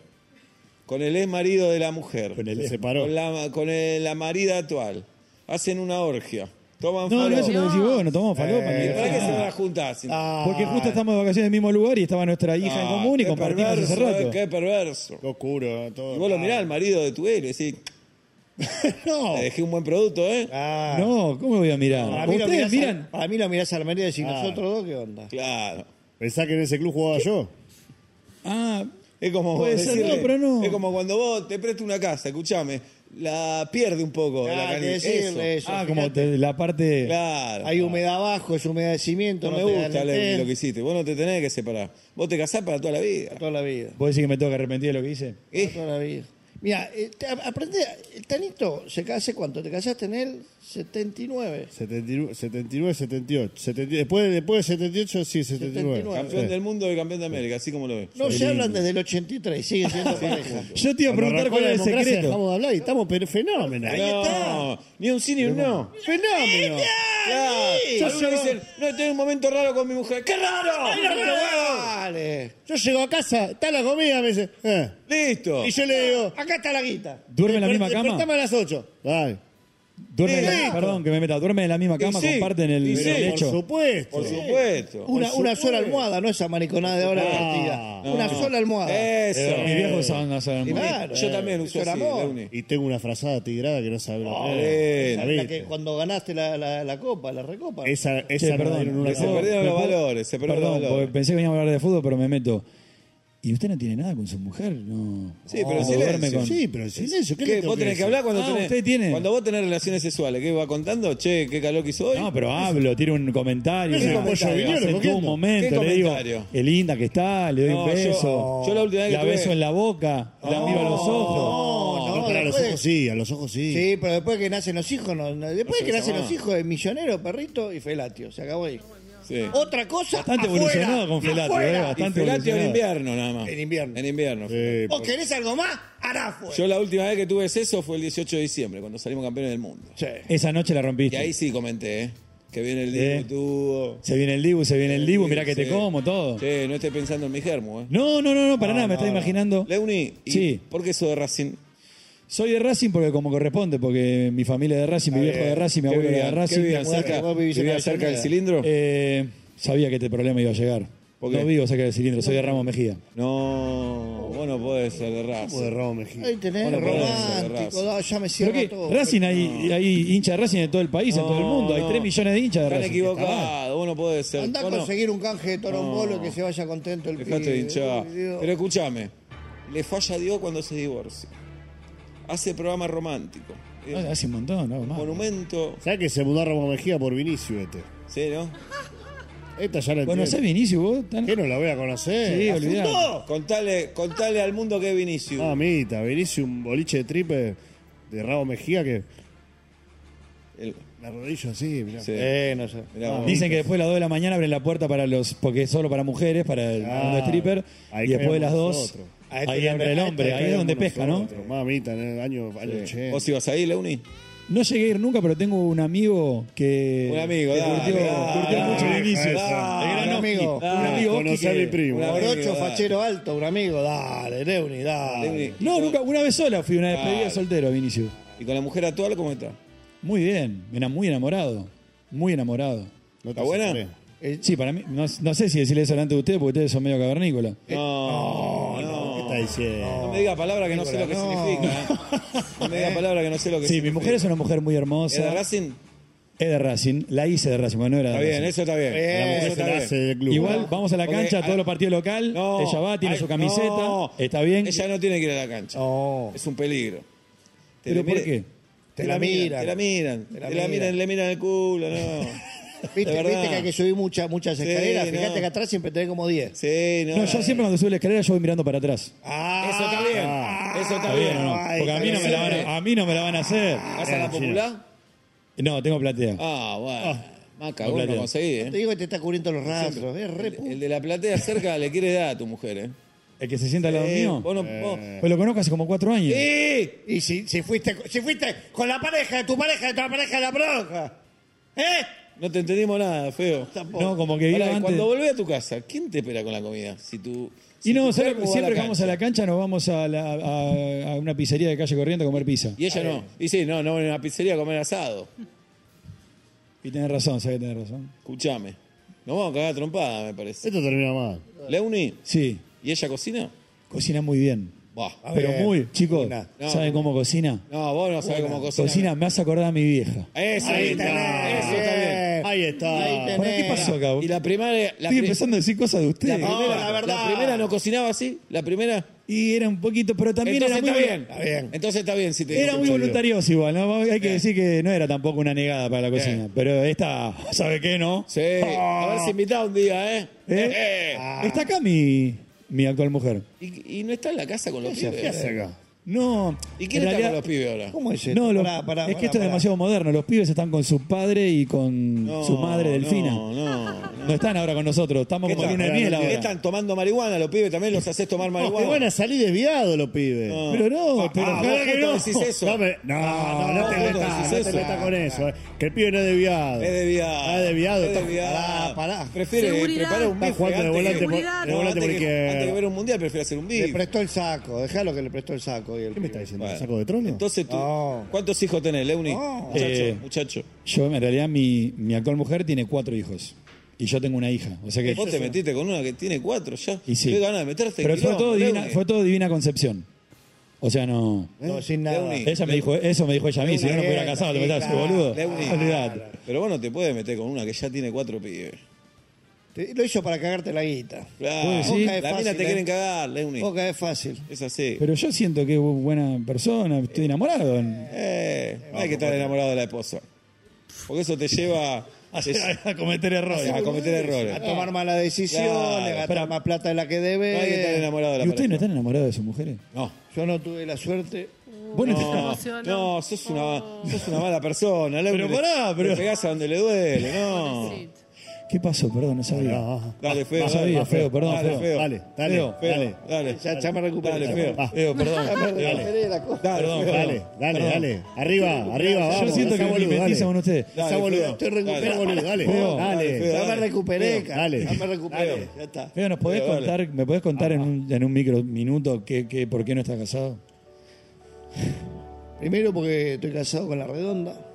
Speaker 1: con el ex marido de la mujer,
Speaker 4: Con el- Se separó.
Speaker 1: con la, con el- la marida actual. Hacen una orgia, toman
Speaker 5: No, no,
Speaker 1: falopa.
Speaker 5: eso lo decís vos, no tomamos falopa. ni
Speaker 1: ¿Y
Speaker 5: nada.
Speaker 1: para Eh, qué se van a juntar? si no?
Speaker 5: Porque justo estamos de vacaciones en el mismo lugar y estaba nuestra hija Ah, en
Speaker 1: Ah,
Speaker 5: común y
Speaker 1: qué
Speaker 5: compartimos
Speaker 1: perverso,
Speaker 5: ese
Speaker 1: eh,
Speaker 5: rato.
Speaker 1: Qué perverso.
Speaker 4: Qué oscuro, eh, todo.
Speaker 1: Y vos lo mirás al marido de tu ex y le decís,
Speaker 3: No.
Speaker 1: te dejé un buen producto, ¿eh?
Speaker 3: Ah,
Speaker 5: No, ¿cómo voy a
Speaker 3: Para
Speaker 5: mirar?
Speaker 3: mí, lo
Speaker 5: Ustedes
Speaker 3: mirás al-
Speaker 5: miran.
Speaker 3: para mí lo mirás al marido y decís,
Speaker 4: Ah.
Speaker 3: nosotros dos, ¿qué onda?
Speaker 1: Claro.
Speaker 4: Pensá que en ese club jugaba yo.
Speaker 5: Ah,
Speaker 1: Es como,
Speaker 5: Puede ser,
Speaker 1: decirle-
Speaker 5: no, pero no.
Speaker 1: es como cuando vos te prestas una casa, escuchame, la pierde un poco.
Speaker 3: Ah,
Speaker 1: la
Speaker 3: hay que
Speaker 1: canilla.
Speaker 3: decirle
Speaker 1: Eso.
Speaker 3: eso.
Speaker 5: ah, como te- la parte.
Speaker 1: Claro.
Speaker 3: Hay humedad abajo, es humedad de cimiento.
Speaker 1: No me
Speaker 3: te dan
Speaker 1: gusta
Speaker 3: el
Speaker 1: lo,
Speaker 3: té,
Speaker 1: lo que hiciste. Vos no te tenés que separar. Vos te casás para toda la vida.
Speaker 3: Toda la vida.
Speaker 5: ¿Vos decís que me tengo que arrepentir de lo que hice?
Speaker 1: Eh.
Speaker 3: Toda la vida. Mira, eh, te- aprende, el Tanito, ¿se casé cuánto? ¿Te casaste en el 79?
Speaker 4: 79, 79, 78. 70 después, después de 78, sí, 79.
Speaker 3: 79.
Speaker 1: Campeón
Speaker 4: Sí.
Speaker 1: del mundo y campeón de América, así como lo ves.
Speaker 3: No se hablan desde el 83, siguen siendo pareja.
Speaker 5: Yo te iba a preguntar
Speaker 4: Cuando arrancó
Speaker 5: cuál
Speaker 4: la
Speaker 5: era el
Speaker 4: democracia
Speaker 5: secreto.
Speaker 4: Dejamos de hablar y estamos pero fenómenos.
Speaker 1: No, ni un sí ni un no.
Speaker 4: ¡Fenómeno!
Speaker 1: Claro. Algunos dicen, no, estoy en un momento raro con mi mujer. ¡Qué raro!
Speaker 3: Dale.
Speaker 4: Yo llego a casa, está la comida, me dice. eh.
Speaker 1: Listo.
Speaker 4: Y yo le digo.
Speaker 3: Acá está la guita.
Speaker 5: ¿Duerme en la misma
Speaker 4: Despertame
Speaker 5: cama?
Speaker 4: a las 8. Dale.
Speaker 5: Duerme en la-
Speaker 1: Sí.
Speaker 5: Perdón, que me meta. ¿Duerme en la misma cama?
Speaker 1: sí,
Speaker 5: ¿Comparten el
Speaker 1: y sí,
Speaker 5: el
Speaker 4: Pero
Speaker 5: lecho?
Speaker 4: Por supuesto.
Speaker 1: Por supuesto.
Speaker 3: Una, una sola almohada, no esa mariconada de ahora
Speaker 4: Ah,
Speaker 3: partida.
Speaker 1: No.
Speaker 3: Una sola almohada.
Speaker 1: Eso.
Speaker 5: Mis viejos son no saben mucho.
Speaker 3: Claro,
Speaker 1: Yo
Speaker 3: eh,
Speaker 1: también
Speaker 3: eso
Speaker 1: uso
Speaker 3: era
Speaker 1: así,
Speaker 3: amor.
Speaker 1: la uni.
Speaker 4: Y tengo una frazada tigrada que no sabe lo
Speaker 1: Ah,
Speaker 4: que es.
Speaker 1: bien.
Speaker 3: La
Speaker 4: ¿Sabiste?
Speaker 3: que cuando ganaste la, la, la copa, la recopa.
Speaker 4: Esa, esa
Speaker 5: Che,
Speaker 4: no
Speaker 5: perdón,
Speaker 4: dieron una
Speaker 5: ¿me
Speaker 1: Se
Speaker 5: puedo-
Speaker 4: sola.
Speaker 1: perdieron
Speaker 5: me
Speaker 1: los
Speaker 5: puedo-
Speaker 1: valores, se perdieron
Speaker 5: Perdón,
Speaker 1: los valores.
Speaker 5: porque pensé que veníamos a hablar de fútbol, pero me meto. ¿Y usted no tiene nada con su mujer? No.
Speaker 1: Sí, pero
Speaker 5: No,
Speaker 1: en silencio.
Speaker 5: duerme con-
Speaker 4: Sí, pero en silencio. ¿Qué, le
Speaker 1: ¿Qué?
Speaker 4: tengo
Speaker 1: Vos tenés que
Speaker 4: decir?
Speaker 1: hablar cuando
Speaker 5: Ah,
Speaker 1: tenés.
Speaker 5: usted tiene.
Speaker 1: Cuando vos tenés relaciones sexuales, ¿qué va contando? Che, qué calor que hizo hoy.
Speaker 5: No, pero ah, hablo, tiro un comentario.
Speaker 4: Ese
Speaker 5: Ah,
Speaker 4: como yo, viñolo,
Speaker 5: aceptó
Speaker 4: cogiendo.
Speaker 5: un
Speaker 1: ¿Qué
Speaker 5: momento, le digo,
Speaker 1: comentario?
Speaker 5: qué linda que está, le doy
Speaker 1: No,
Speaker 5: un
Speaker 1: yo-
Speaker 5: beso.
Speaker 1: yo la última vez que tuve-
Speaker 5: beso en la boca, la miro a los ojos.
Speaker 4: No, pero a los
Speaker 3: después-
Speaker 4: ojos sí, a los ojos sí.
Speaker 3: Sí, pero después que nacen los hijos, no, no- después
Speaker 1: No
Speaker 3: que
Speaker 1: se
Speaker 3: nacen
Speaker 1: usa
Speaker 3: los
Speaker 1: más.
Speaker 3: hijos de millonero, perrito y felatio, se acabó ahí.
Speaker 1: Sí.
Speaker 3: Otra cosa,
Speaker 5: Bastante
Speaker 3: afuera,
Speaker 5: evolucionado con felatio,
Speaker 3: afuera.
Speaker 5: eh, bastante
Speaker 1: Felatio en
Speaker 5: evolucionado.
Speaker 1: invierno, nada más.
Speaker 3: En invierno.
Speaker 1: En invierno.
Speaker 4: Eh,
Speaker 3: ¿Vos querés algo más? Hará fuera.
Speaker 1: Yo la última vez que tuve sexo fue el 18 de diciembre, cuando salimos campeones del mundo.
Speaker 3: Sí.
Speaker 5: Esa noche la
Speaker 1: Y
Speaker 5: rompiste.
Speaker 1: ahí sí comenté, ¿eh? Que viene el
Speaker 5: Eh.
Speaker 1: Dibu, tuvo.
Speaker 5: Se viene el Dibu, se viene el Dibu, mirá que
Speaker 1: Sí.
Speaker 5: te como, todo.
Speaker 1: Che, no estés pensando en mi germo, ¿eh?
Speaker 5: No, no, no, no, para nada, me estoy imaginando.
Speaker 1: Leuni, ¿y
Speaker 5: Sí.
Speaker 1: ¿por qué eso de Racing?
Speaker 5: Soy de Racing porque como corresponde, porque mi familia es de Racing, mi viejo es de Racing, mi
Speaker 1: ¿Qué
Speaker 5: abuelo era de
Speaker 1: vivían? ¿Qué
Speaker 5: Racing.
Speaker 1: vivían
Speaker 3: Bueno,
Speaker 1: cerca?
Speaker 3: vos vivís en
Speaker 1: ¿Vivían
Speaker 3: Avellaneda.
Speaker 1: cerca del cilindro?
Speaker 5: Eh, sabía que este problema iba a llegar.
Speaker 1: ¿Por qué?
Speaker 5: No vivo saca el cilindro, soy de Ramos Mejía.
Speaker 1: No, vos no podés ser de raza.
Speaker 4: Tipo de Ramos Mejía.
Speaker 3: Ahí tenés,
Speaker 1: Bueno, pero Racing.
Speaker 3: romántico, no, ya me
Speaker 5: Pero
Speaker 3: cierra
Speaker 5: que
Speaker 3: todo.
Speaker 5: Racing hay, hay hinchas de Racing en todo el país, en todo el
Speaker 1: No,
Speaker 5: mundo. Hay
Speaker 1: no.
Speaker 5: 3 millones de hinchas de
Speaker 1: Están
Speaker 5: Racing. Está mal.
Speaker 1: equivocados, vos no podés ser.
Speaker 3: Andá a
Speaker 1: vos no-
Speaker 3: conseguir un canje de torombolo y que se vaya contento el pibe.
Speaker 1: Dejate de hinchar.
Speaker 3: Uy, Dios.
Speaker 1: Pero escúchame, le falla a Dios cuando se divorcia. Hace programa romántico. Eh,
Speaker 5: No, hace un montón, no, más.
Speaker 1: monumento.
Speaker 4: ¿Sabes que se mudó a Ramos Mejía por Vinicius este?
Speaker 1: Sí, ¿no?
Speaker 4: Esta ya la
Speaker 5: Bueno, ¿sabés
Speaker 4: entiendo.
Speaker 5: Vinicius vos? Tan-
Speaker 4: ¿Qué no la voy a conocer?
Speaker 5: Sí,
Speaker 4: ¿La
Speaker 5: olvidá.
Speaker 4: fundó?
Speaker 1: Contale, contale al mundo que es Vinicius.
Speaker 4: Ah,
Speaker 5: Ah.
Speaker 4: Mamita, Vinicius, un boliche de tripe de Ramos Mejía que
Speaker 1: El-
Speaker 4: la rodilla así, mirá.
Speaker 1: Sí.
Speaker 3: Eh, no sé.
Speaker 1: mirá, vos.
Speaker 5: Dicen que después de las 2 de la mañana abren la puerta para los. porque es solo para mujeres, para el
Speaker 4: Claro.
Speaker 5: mundo stripper.
Speaker 4: Ahí
Speaker 5: Y después de las
Speaker 4: caemos
Speaker 5: 2,
Speaker 4: nosotros.
Speaker 5: ahí,
Speaker 3: Ahí
Speaker 5: entra el
Speaker 3: caemos
Speaker 5: hombre, ahí es donde pesca, ¿no?
Speaker 4: Nosotros, Mamita, en el año, año
Speaker 1: Sí.
Speaker 4: 80.
Speaker 1: ¿Vos ibas ahí, Leoni?
Speaker 5: No llegué a ir nunca, pero tengo un amigo que.
Speaker 1: Un amigo,
Speaker 5: que
Speaker 1: dale,
Speaker 5: curtió,
Speaker 1: dale,
Speaker 5: curtió
Speaker 1: dale,
Speaker 5: mucho
Speaker 1: dale,
Speaker 5: Vinicius.
Speaker 1: dale.
Speaker 5: El gran
Speaker 3: Un
Speaker 5: Oski,
Speaker 3: amigo,
Speaker 5: un amigo Oski
Speaker 4: Ah, Conocí a
Speaker 5: que-
Speaker 4: mi primo.
Speaker 1: Una-
Speaker 3: Morocho,
Speaker 1: dale.
Speaker 3: fachero alto, un amigo, dale, Leuni, dale.
Speaker 1: Leuni.
Speaker 5: Ah, No, nunca, una vez sola fui, una despedida
Speaker 1: Claro.
Speaker 5: soltero, Vinicius.
Speaker 1: ¿Y con la mujer actual cómo está?
Speaker 5: Muy bien, era muy enamorado. Muy enamorado.
Speaker 4: No
Speaker 1: ¿Está
Speaker 4: te
Speaker 1: buena?
Speaker 4: aceptaré.
Speaker 5: Sí, para mí, no, no sé si decirle eso delante de ustedes, porque ustedes son medio cavernícolas.
Speaker 1: No, no.
Speaker 4: ¿Qué está diciendo?
Speaker 1: No me diga palabra que no sé lo que
Speaker 3: No.
Speaker 1: significa. ¿eh? No me diga palabra que no sé lo que
Speaker 5: Sí, mi
Speaker 1: significa.
Speaker 5: mujer es una mujer muy
Speaker 1: ¿Es de
Speaker 5: hermosa.
Speaker 1: Racing?
Speaker 5: Es E de Racing, la hice de Racing, porque no era de
Speaker 1: Está bien,
Speaker 5: Racing.
Speaker 1: eso está bien.
Speaker 3: Eh,
Speaker 1: La mujer
Speaker 4: Es
Speaker 1: está
Speaker 4: el
Speaker 1: bien.
Speaker 4: ace del club.
Speaker 5: Igual vamos a la
Speaker 1: Porque,
Speaker 5: cancha,
Speaker 1: ah,
Speaker 5: todos los partidos local.
Speaker 1: No.
Speaker 5: ella va, tiene
Speaker 1: Ay,
Speaker 5: su camiseta,
Speaker 1: no.
Speaker 5: está bien. Oh.
Speaker 1: Ella no tiene que ir a la cancha.
Speaker 3: No.
Speaker 1: Es un peligro. Te
Speaker 5: ¿Pero
Speaker 1: le mira-
Speaker 5: por qué?
Speaker 1: Te la miran. Te la miran. Te la miran, le miran el culo, no.
Speaker 3: Viste,
Speaker 1: De verdad.
Speaker 3: viste que hay que subir muchas, muchas
Speaker 1: Sí,
Speaker 3: escaleras.
Speaker 1: no.
Speaker 3: Fíjate que atrás siempre tenés como 10.
Speaker 1: Sí, no. eh.
Speaker 5: No, yo siempre cuando subo la escalera yo voy mirando para atrás.
Speaker 3: Ah,
Speaker 1: Eso está bien. Eso está
Speaker 5: Está bien, ¿o
Speaker 1: bien.
Speaker 5: no?
Speaker 3: ay,
Speaker 5: Porque a mí no, me la van
Speaker 1: siempre.
Speaker 5: a, a mí no me la van a hacer.
Speaker 1: ¿Vas a la popular?
Speaker 5: No, tengo platea.
Speaker 1: Ah, bueno. Más
Speaker 5: No,
Speaker 1: cagón no
Speaker 5: platea.
Speaker 1: conseguí,
Speaker 3: Te
Speaker 1: ¿eh?
Speaker 3: digo que te está cubriendo los rastros. Es re
Speaker 1: El, el de la platea cerca le quiere dar a tu mujer, ¿eh?
Speaker 5: El que se sienta al lado
Speaker 1: Eh,
Speaker 5: mío.
Speaker 1: vos no- vos-
Speaker 5: Pues lo conozco hace como cuatro años.
Speaker 1: ¡Eh!
Speaker 3: Y si, si, fuiste, si fuiste con la pareja de tu pareja, de tu pareja de la bronca. ¿Eh?
Speaker 1: No te entendimos nada, feo.
Speaker 5: No, como que iba
Speaker 1: Pará, y
Speaker 5: antes.
Speaker 1: Cuando volvés a tu casa, ¿quién te espera con la comida? Si tú.
Speaker 5: Y
Speaker 1: si
Speaker 5: no,
Speaker 1: tu
Speaker 5: ¿sabes?
Speaker 1: cuerpo va
Speaker 5: siempre que vamos a la
Speaker 1: cancha.
Speaker 5: cancha nos vamos a, la- a- a una pizzería de calle corriente a comer pizza.
Speaker 1: Y ella no. Y sí, no, no en la pizzería a comer asado.
Speaker 5: Y tenés razón, sabés que tenés razón.
Speaker 1: Escuchame. Nos vamos a cagar trompada, me parece.
Speaker 4: Esto termina mal.
Speaker 1: Leuni,
Speaker 5: Sí,
Speaker 1: ¿y ella cocina?
Speaker 5: cocina muy bien.
Speaker 1: Buah.
Speaker 5: Pero
Speaker 3: ver,
Speaker 5: muy, chicos,
Speaker 3: una.
Speaker 1: No.
Speaker 5: ¿saben cómo cocina?
Speaker 1: No, vos no sabés cómo cocina.
Speaker 5: Cocina, me hace acordar a mi vieja.
Speaker 1: Eso,
Speaker 4: Ahí
Speaker 1: ahí
Speaker 4: está.
Speaker 1: está. Eso está bien.
Speaker 4: Ahí está.
Speaker 3: Ahí tenés.
Speaker 5: ¿Para qué pasó acá?
Speaker 1: Y la primaria. La
Speaker 5: Estoy
Speaker 1: pri-
Speaker 5: empezando a decir cosas de
Speaker 1: la
Speaker 5: ustedes.
Speaker 3: No,
Speaker 1: primera,
Speaker 3: la verdad.
Speaker 1: la primera no cocinaba así. La primera.
Speaker 5: Y era un poquito, pero también
Speaker 1: Entonces
Speaker 5: era muy,
Speaker 1: está bien.
Speaker 5: vol-
Speaker 3: bien.
Speaker 1: Entonces está bien si te
Speaker 5: era muy
Speaker 1: escucho.
Speaker 5: voluntarioso igual, ¿no? Hay que
Speaker 1: Bien.
Speaker 5: decir que no era tampoco una negada para la cocina.
Speaker 1: Bien.
Speaker 5: Pero esta, ¿sabe qué, no?
Speaker 1: Eh. Sí. A ver si invitá un día, ¿eh?
Speaker 5: ¿Eh?
Speaker 1: Eh, eh.
Speaker 5: Está acá mi, mi actual mujer.
Speaker 1: Y, y no está en la casa con los
Speaker 4: ¿Qué
Speaker 1: pibes.
Speaker 4: hace acá?
Speaker 5: No.
Speaker 1: ¿Y
Speaker 5: en
Speaker 1: quién está
Speaker 5: realidad-
Speaker 1: con los pibes ahora?
Speaker 3: ¿Cómo es esto?
Speaker 5: No, los-
Speaker 3: Pará, pará,
Speaker 5: es
Speaker 3: pará,
Speaker 5: que esto es
Speaker 3: pará.
Speaker 5: demasiado moderno. Los pibes están con su padre y con
Speaker 1: No,
Speaker 5: su madre Delfina.
Speaker 1: No,
Speaker 5: No,
Speaker 1: no. no.
Speaker 5: están ahora con nosotros. Estamos
Speaker 1: ¿Qué
Speaker 5: con
Speaker 1: están?
Speaker 5: luna de miel
Speaker 1: ¿Qué
Speaker 5: ahora.
Speaker 1: están tomando marihuana? Los pibes también los haces tomar
Speaker 4: No,
Speaker 1: marihuana.
Speaker 4: te van a salir desviados los pibes.
Speaker 1: No.
Speaker 5: Pero no, pero
Speaker 1: Ah,
Speaker 5: ojalá
Speaker 1: vos
Speaker 5: que
Speaker 1: justo
Speaker 5: no.
Speaker 1: decís eso.
Speaker 4: No, me- no, no,
Speaker 1: no,
Speaker 4: te
Speaker 1: vos
Speaker 4: metas,
Speaker 1: decís
Speaker 4: no te
Speaker 1: eso.
Speaker 4: metas con eso. eh. Que el pibe no es desviado.
Speaker 1: Es desviado.
Speaker 4: Es desviado.
Speaker 1: Es
Speaker 4: está-
Speaker 1: desviado.
Speaker 4: Pará, pará.
Speaker 1: Prefiere
Speaker 2: Seguridad.
Speaker 1: preparar un
Speaker 4: Está
Speaker 1: bife
Speaker 4: jugando de
Speaker 1: antes
Speaker 4: volante
Speaker 1: que-
Speaker 2: por- Seguridad. de
Speaker 1: No,
Speaker 4: volante
Speaker 1: antes
Speaker 4: por
Speaker 1: que-
Speaker 4: izquierda.
Speaker 1: Antes que ver un mundial prefiere hacer un
Speaker 3: Le
Speaker 1: bife.
Speaker 3: prestó el saco, dejalo que le prestó el saco. Y el
Speaker 4: ¿Qué me
Speaker 3: pibe.
Speaker 4: está diciendo?
Speaker 1: Bueno.
Speaker 4: ¿Saco de trono?
Speaker 1: Entonces tú,
Speaker 3: No.
Speaker 1: ¿cuántos hijos tenés, Leuni?
Speaker 3: No.
Speaker 1: Muchacho,
Speaker 5: Eh.
Speaker 1: muchacho.
Speaker 5: Yo, en realidad, mi, mi actual mujer tiene cuatro hijos. Y yo tengo una hija. O sea que.
Speaker 1: Vos te metiste con una que tiene cuatro ya.
Speaker 5: Y sí.
Speaker 1: Qué ganas de meterte en
Speaker 5: Pero fue
Speaker 1: quilombo,
Speaker 5: todo, divina,
Speaker 1: Leuni.
Speaker 5: fue todo divina concepción. O sea, no. Eh.
Speaker 3: No, sin nada.
Speaker 1: Leoni.
Speaker 5: Ella me dijo, eso me dijo ella a mí, si yo no me hubiera casado, te metás,
Speaker 3: Claro,
Speaker 5: boludo.
Speaker 1: Leuni.
Speaker 5: Olvidate.
Speaker 1: Pero vos no te puedes meter con una que ya tiene cuatro pibes.
Speaker 3: Te- lo hizo para cagarte la guita.
Speaker 1: Claro.
Speaker 5: Vos decís.
Speaker 1: La
Speaker 3: Fácil,
Speaker 1: mina te
Speaker 3: eh.
Speaker 1: quieren cagar, Leuni.
Speaker 3: Boca es fácil.
Speaker 1: Es así.
Speaker 5: Pero yo siento que es buena persona, estoy enamorado.
Speaker 1: Eh, no hay que estar enamorado de la esposa. Porque eso te lleva te-
Speaker 5: a cometer errores.
Speaker 1: a cometer errores.
Speaker 3: A tomar malas decisiones,
Speaker 1: Claro.
Speaker 3: a gastar
Speaker 5: Pero-
Speaker 3: más plata de la que debe.
Speaker 1: No hay que estar enamorado de la
Speaker 5: Eh, ¿Y ustedes no
Speaker 1: pareja.
Speaker 5: están enamorados de sus mujeres?
Speaker 1: No.
Speaker 3: Yo no tuve la suerte.
Speaker 5: Vos no estás-
Speaker 1: No, no, sos una, sos una mala persona. Leuni.
Speaker 5: Pero pará,
Speaker 1: Le-
Speaker 5: pero-
Speaker 1: le pegás a donde le duele, no.
Speaker 5: ¿Qué pasó? Perdón, no sabía.
Speaker 4: No.
Speaker 1: Dale, feo.
Speaker 5: no
Speaker 1: dale,
Speaker 5: sabía, feo, perdón,
Speaker 1: Dale,
Speaker 5: feo.
Speaker 1: feo.
Speaker 4: Dale, dale,
Speaker 5: Feo,
Speaker 1: Feo,
Speaker 4: dale.
Speaker 1: dale.
Speaker 3: Ya, ya me recuperé.
Speaker 1: Dale, feo. Eh,
Speaker 4: Ah.
Speaker 5: Feo, perdón.
Speaker 3: Ya me recuperé de la cosa.
Speaker 1: Dale,
Speaker 5: Perdón,
Speaker 1: feo.
Speaker 4: Dale, dale, dale. Arriba, arriba, vamos.
Speaker 5: Yo siento
Speaker 4: no
Speaker 5: que
Speaker 4: seas
Speaker 5: me
Speaker 4: boludo,
Speaker 5: metiza con
Speaker 4: dale.
Speaker 5: ustedes.
Speaker 4: No seas
Speaker 1: Dale,
Speaker 4: boludo,
Speaker 1: feo.
Speaker 4: estoy
Speaker 1: Dale.
Speaker 4: recuperado, boludo, dale.
Speaker 5: Feo.
Speaker 4: Dale.
Speaker 1: Dale, feo.
Speaker 3: Ya me recuperé,
Speaker 4: Feo,
Speaker 3: cara.
Speaker 4: dale.
Speaker 3: Ya me recuperé.
Speaker 1: Feo.
Speaker 3: Ya está.
Speaker 5: Feo, ¿nos podés
Speaker 1: Feo, dale.
Speaker 5: contar, ¿me podés contar en un, en un micro minuto qué, qué, por qué no estás casado?
Speaker 3: Primero porque estoy casado con la redonda.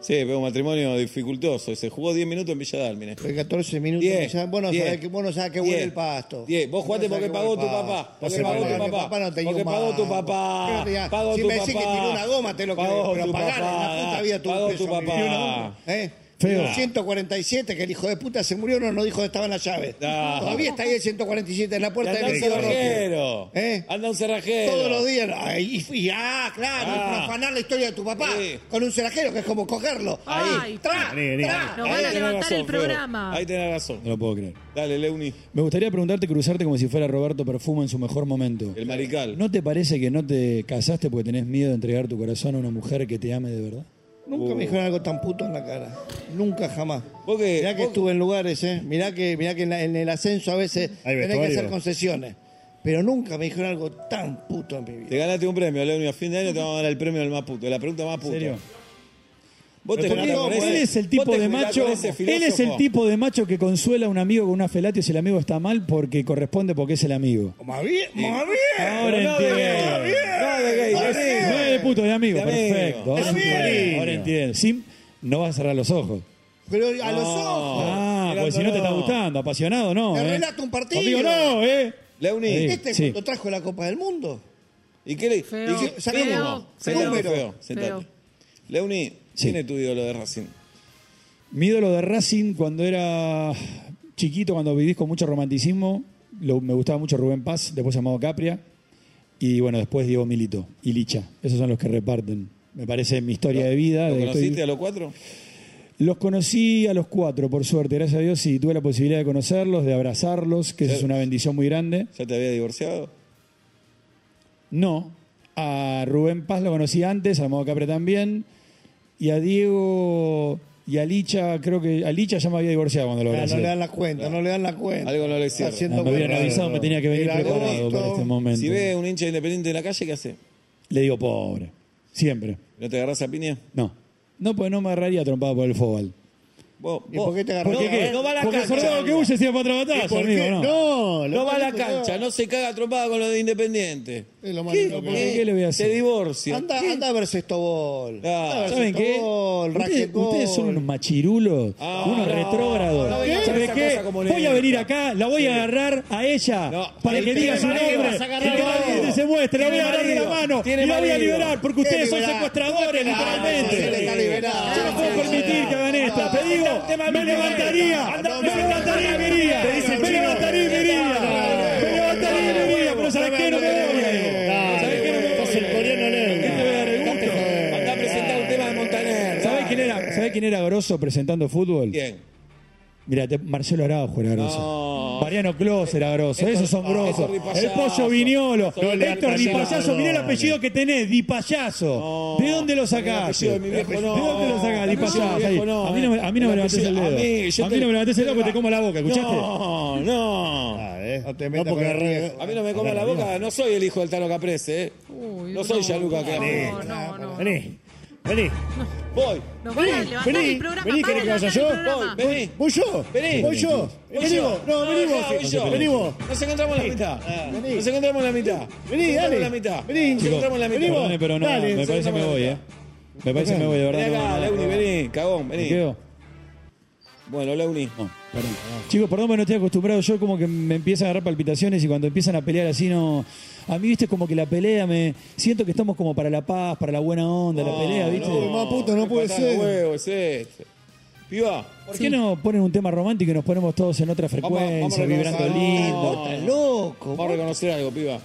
Speaker 1: Sí, pero un matrimonio dificultoso. Se jugó 10 minutos en Villa Dálmine.
Speaker 3: Fue 14 minutos.
Speaker 1: Diez,
Speaker 3: y ya, vos no
Speaker 1: diez,
Speaker 3: sabés que, vos no sabés que huele
Speaker 1: diez,
Speaker 3: el pasto.
Speaker 1: diez. Vos jugaste
Speaker 3: sabés
Speaker 1: porque
Speaker 3: que
Speaker 1: pagó
Speaker 3: huele el
Speaker 1: tu
Speaker 3: pasto.
Speaker 1: papá,
Speaker 3: No
Speaker 1: porque
Speaker 3: sé
Speaker 1: pagó
Speaker 3: por
Speaker 1: tu
Speaker 3: qué mi
Speaker 1: papá,
Speaker 3: no tenía
Speaker 1: porque
Speaker 3: un
Speaker 1: pagó tu
Speaker 3: mango.
Speaker 1: papá,
Speaker 3: Yo no tenía-
Speaker 1: pagó
Speaker 3: si
Speaker 1: tu
Speaker 3: me decís que
Speaker 1: papá,
Speaker 3: tiró una goma, te lo
Speaker 1: pagó
Speaker 3: creo. Pero
Speaker 1: tu
Speaker 3: pagar en la
Speaker 1: papá,
Speaker 3: puta vida tu
Speaker 1: pagó
Speaker 3: peso
Speaker 1: tu
Speaker 3: a mí.
Speaker 1: papá.
Speaker 3: Ni un hombre, ¿eh?
Speaker 5: Feo.
Speaker 3: Pero 147, que el hijo de puta se murió, no nos dijo que estaban las llaves.
Speaker 1: No.
Speaker 3: Todavía está ahí el 147 en la
Speaker 1: Y
Speaker 3: puerta
Speaker 1: Anda un
Speaker 3: del Roque.
Speaker 1: cerrajero.
Speaker 3: ¿Eh?
Speaker 1: Anda un cerrajero.
Speaker 3: Todos los días. Ay, y, y- ah, claro,
Speaker 1: Ah.
Speaker 3: para afanar la historia de tu papá
Speaker 1: Sí.
Speaker 3: con un cerrajero, que es como cogerlo.
Speaker 2: Ahí.
Speaker 3: Ahí, tra,
Speaker 4: Vení, vení,
Speaker 3: tra.
Speaker 4: vení.
Speaker 2: Nos
Speaker 1: Ahí
Speaker 2: van a
Speaker 1: tenés
Speaker 2: levantar el
Speaker 1: razón, Feo.
Speaker 2: programa.
Speaker 1: Ahí tenés razón.
Speaker 5: No lo puedo creer.
Speaker 1: Dale, Leuni,
Speaker 5: Me gustaría preguntarte, cruzarte como si fuera Roberto Perfumo en su mejor momento.
Speaker 1: el marical.
Speaker 5: ¿No te parece que no te casaste porque tenés miedo de entregar tu corazón a una mujer que te ame de verdad?
Speaker 3: Nunca me dijeron algo tan puto en la cara. Nunca, jamás.
Speaker 1: ¿Vos qué?
Speaker 3: Mirá que
Speaker 1: ¿Vos-
Speaker 3: estuve en lugares, ¿eh? Mirá que, mirá que en, la- en el ascenso a veces
Speaker 4: Hay
Speaker 3: tenés que
Speaker 4: vestuario.
Speaker 3: hacer concesiones. Pero nunca me dijeron algo tan puto en mi vida.
Speaker 1: Te ganaste un premio, Leoni. A fin de año te vamos a dar el premio del más puto. La pregunta más
Speaker 5: ¿En
Speaker 1: puta.
Speaker 5: serio?
Speaker 1: Vos te
Speaker 5: Pero
Speaker 1: juntás con
Speaker 5: él,
Speaker 1: ese-
Speaker 5: él es el
Speaker 1: vos
Speaker 5: tipo
Speaker 1: te
Speaker 5: de
Speaker 1: juntás
Speaker 5: macho.
Speaker 1: con ese
Speaker 5: Él es el
Speaker 1: filósofo.
Speaker 5: tipo de macho que consuela a un amigo con una felatio si el amigo está mal porque corresponde porque es el amigo.
Speaker 3: ¡Más bien! ¡Más
Speaker 5: Ahora
Speaker 1: Pero no de gay.
Speaker 5: entiendo.
Speaker 1: No de gay, de amigo.
Speaker 5: Ah, No es de puto, de amigo.
Speaker 1: De amigo.
Speaker 5: Perfecto. Ahora
Speaker 1: Es un
Speaker 5: entiendo.
Speaker 4: cariño.
Speaker 5: Ahora entiendo. Sim, no vas a cerrar los ojos.
Speaker 3: Pero a los ojos.
Speaker 5: Ah,
Speaker 1: Mirá,
Speaker 5: porque si no te
Speaker 1: no.
Speaker 5: está gustando, apasionado no.
Speaker 3: Te
Speaker 5: eh.
Speaker 3: relato un partido.
Speaker 5: Conmigo no, ¿eh?
Speaker 1: Leoni,
Speaker 5: Sí.
Speaker 3: Este es
Speaker 5: sí.
Speaker 3: cuando trajo la Copa del Mundo.
Speaker 1: ¿y qué le.?
Speaker 2: Feo,
Speaker 1: ¿Y qué-
Speaker 3: feo,
Speaker 1: Saquemos.
Speaker 2: feo,
Speaker 1: Saquemos,
Speaker 3: feo.
Speaker 1: feo. Sentate.
Speaker 2: Feo.
Speaker 1: Leoni,
Speaker 5: Sí.
Speaker 1: ¿quién es tu ídolo de Racing?
Speaker 5: Mi ídolo de Racing cuando era chiquito, cuando vivís con mucho romanticismo, lo- me gustaba mucho Rubén Paz, después llamado Capria, y bueno, después Diego Milito y Licha. Esos son los que reparten. Me parece mi historia de vida.
Speaker 1: ¿Lo
Speaker 5: de que estoy-
Speaker 1: conociste a los cuatro?
Speaker 5: Los conocí a los cuatro, por suerte, gracias a Dios, y tuve la posibilidad de conocerlos, de abrazarlos, que eso es una bendición muy grande.
Speaker 1: ¿Ya te había divorciado?
Speaker 5: No, a Rubén Paz lo conocí antes, a Amado Capre también, y a Diego y a Licha, creo que a Licha ya me había divorciado cuando lo
Speaker 3: Ah,
Speaker 5: abracé.
Speaker 3: no le dan la cuenta, no le dan la cuenta.
Speaker 1: Algo no le
Speaker 3: Está
Speaker 1: cierra.
Speaker 3: haciendo
Speaker 5: Ah, me habían
Speaker 3: cosas.
Speaker 5: avisado, me tenía que venir
Speaker 3: Era
Speaker 5: preparado
Speaker 3: agosto.
Speaker 5: para este momento.
Speaker 1: Si ve un hincha independiente en la calle, ¿qué hace?
Speaker 5: Le digo pobre. Siempre.
Speaker 1: ¿No te agarrás a piña?
Speaker 5: No. No, pues no me agarraría trompada por el fóbal.
Speaker 1: Vos,
Speaker 3: ¿Y
Speaker 1: vos-
Speaker 3: por qué te agarrás?
Speaker 1: No,
Speaker 5: ¿Por
Speaker 1: No va a la
Speaker 5: Porque
Speaker 1: cancha.
Speaker 5: Sordo que huye si es para otra batalla,
Speaker 4: ¿Por
Speaker 5: amigo,
Speaker 4: qué?
Speaker 5: ¿no?
Speaker 4: No,
Speaker 1: No
Speaker 4: lo-
Speaker 1: va a la cancha, no se caga trompada con los de Independiente.
Speaker 3: Es lo más
Speaker 1: ¿Qué?
Speaker 3: lindo que
Speaker 5: hay.
Speaker 1: ¿Qué?
Speaker 5: ¿Qué le voy a hacer?
Speaker 1: Se divorcia.
Speaker 3: Anda, anda a ver Sextobol.
Speaker 1: Ah,
Speaker 3: Anda a ver
Speaker 5: ¿Saben qué?
Speaker 3: Sextobol,
Speaker 5: Ustedes,
Speaker 3: racquetbol.
Speaker 5: ustedes son unos machirulos,
Speaker 1: Ah,
Speaker 5: unos
Speaker 1: no,
Speaker 5: retrógrados.
Speaker 1: no vengas con
Speaker 5: ¿Saben
Speaker 1: esa
Speaker 5: qué?
Speaker 1: cosa comunista.
Speaker 5: Voy a venir acá, la voy a agarrar a ella
Speaker 1: No,
Speaker 5: para que
Speaker 1: tiene
Speaker 5: diga su
Speaker 1: marido,
Speaker 5: nombre,
Speaker 1: vas a
Speaker 5: y
Speaker 1: agarrar
Speaker 5: que
Speaker 1: a
Speaker 5: la
Speaker 1: marido.
Speaker 5: gente se muestre, la voy a
Speaker 1: Tiene
Speaker 5: agarrar de la
Speaker 1: marido,
Speaker 5: mano
Speaker 1: tiene
Speaker 5: y la voy a
Speaker 1: marido.
Speaker 5: liberar porque ustedes son
Speaker 3: liberar?
Speaker 5: secuestradores,
Speaker 3: se le está
Speaker 5: literalmente.
Speaker 3: liberando.
Speaker 5: Yo no puedo permitir que hagan esta. Te digo, me levantaría, me levantaría y me iría. Me levantaría y me iría. Me levantaría y me iría, pero ¿sabes qué? No me voy. ¿Sabes qué? No me voy.
Speaker 4: Sos el coreano
Speaker 5: ¿Qué te voy a dar
Speaker 4: Leo.
Speaker 5: el gusto?
Speaker 1: Anda a presentar un tema de Montaner. Ah,
Speaker 5: ¿Sabés quién era, ¿sabés quién era grosso presentando fútbol?
Speaker 1: ¿Quién?
Speaker 5: Mira, Marcelo Araujo era grosso.
Speaker 1: No.
Speaker 5: Mariano Clos era grosso. Esos son
Speaker 1: ah,
Speaker 5: grosos.
Speaker 1: Héctor Di Payaso.
Speaker 5: El Pollo Viñolo.
Speaker 1: Soy el
Speaker 5: Héctor Di
Speaker 1: Di Payaso.
Speaker 5: Payaso. Mirá el apellido que tenés. Di Payaso. ¿De dónde lo
Speaker 1: El
Speaker 5: sacás?
Speaker 1: apellido de mi viejo, no.
Speaker 5: dónde lo sacás? Di
Speaker 1: El apellido de mi
Speaker 5: Payaso. ahí.
Speaker 1: viejo, no,
Speaker 5: A mí no, me- a mí no
Speaker 1: eh.
Speaker 5: me
Speaker 1: El
Speaker 5: levantes el
Speaker 1: apellido-
Speaker 5: dedo.
Speaker 1: a mí, yo
Speaker 5: A
Speaker 1: te-
Speaker 5: mí no me levantes el dedo porque te como la boca. ¿Escuchaste?
Speaker 1: No, no.
Speaker 4: Ah, eh.
Speaker 3: No te
Speaker 4: No,
Speaker 3: metas con
Speaker 4: porque
Speaker 3: el
Speaker 4: agarré-
Speaker 3: viejo.
Speaker 1: A mí no me coma la boca, no soy el hijo del Tano Caprese, ¿eh?
Speaker 2: Uy,
Speaker 1: No soy Gianluca
Speaker 2: no,
Speaker 1: Clapper.
Speaker 2: No, no, no.
Speaker 4: Ah, Vení, vení.
Speaker 1: Voy,
Speaker 2: Nos van a levantar
Speaker 4: vení,
Speaker 2: el programa.
Speaker 4: vení,
Speaker 2: van a
Speaker 4: ¿querés que vaya
Speaker 2: levantar el
Speaker 4: yo?
Speaker 2: programa.
Speaker 1: Voy, vení.
Speaker 4: Voy yo,
Speaker 1: Vení.
Speaker 4: voy yo,
Speaker 1: Voy
Speaker 4: vení
Speaker 1: yo.
Speaker 4: vos, no, vení
Speaker 1: acá, voy yo.
Speaker 4: vos, vení vos.
Speaker 1: Nos encontramos en la mitad.
Speaker 4: Vení.
Speaker 1: Nos encontramos en la mitad. Nos
Speaker 4: Vení,
Speaker 1: encontramos
Speaker 4: dale.
Speaker 1: en la mitad.
Speaker 4: Vení,
Speaker 1: Nos
Speaker 4: chicos.
Speaker 1: encontramos en la
Speaker 4: Vení
Speaker 1: mitad.
Speaker 4: vos.
Speaker 5: Perdone, pero no.
Speaker 4: Dale,
Speaker 5: Me parece que me voy, ¿eh? Me parece que me voy, de
Speaker 1: Vení
Speaker 5: verdad. no,
Speaker 1: acá,
Speaker 5: no,
Speaker 1: Leuni,
Speaker 5: no.
Speaker 1: vení, cagón,
Speaker 5: ¿Me
Speaker 1: vení.
Speaker 5: quedo?
Speaker 1: Bueno, Leuni.
Speaker 5: No, perdón. Chicos, perdón, pero no estoy acostumbrado. Yo como que me empiezan a agarrar palpitaciones y cuando empiezan a pelear así no... A mí, viste, como que la pelea me... Siento que estamos como para la paz, para la buena onda, la pelea, viste.
Speaker 4: no. Más puto no
Speaker 1: qué
Speaker 4: puede
Speaker 1: patada de
Speaker 4: ser.
Speaker 1: huevo es este. Piba,
Speaker 5: ¿Por qué no ponen un tema romántico y nos ponemos todos en otra
Speaker 1: vamos,
Speaker 5: frecuencia,
Speaker 1: vamos a
Speaker 5: vibrando
Speaker 1: reconocer-
Speaker 5: lindo?
Speaker 1: No,
Speaker 3: Estás loco.
Speaker 1: Vamos a reconocer algo, piba.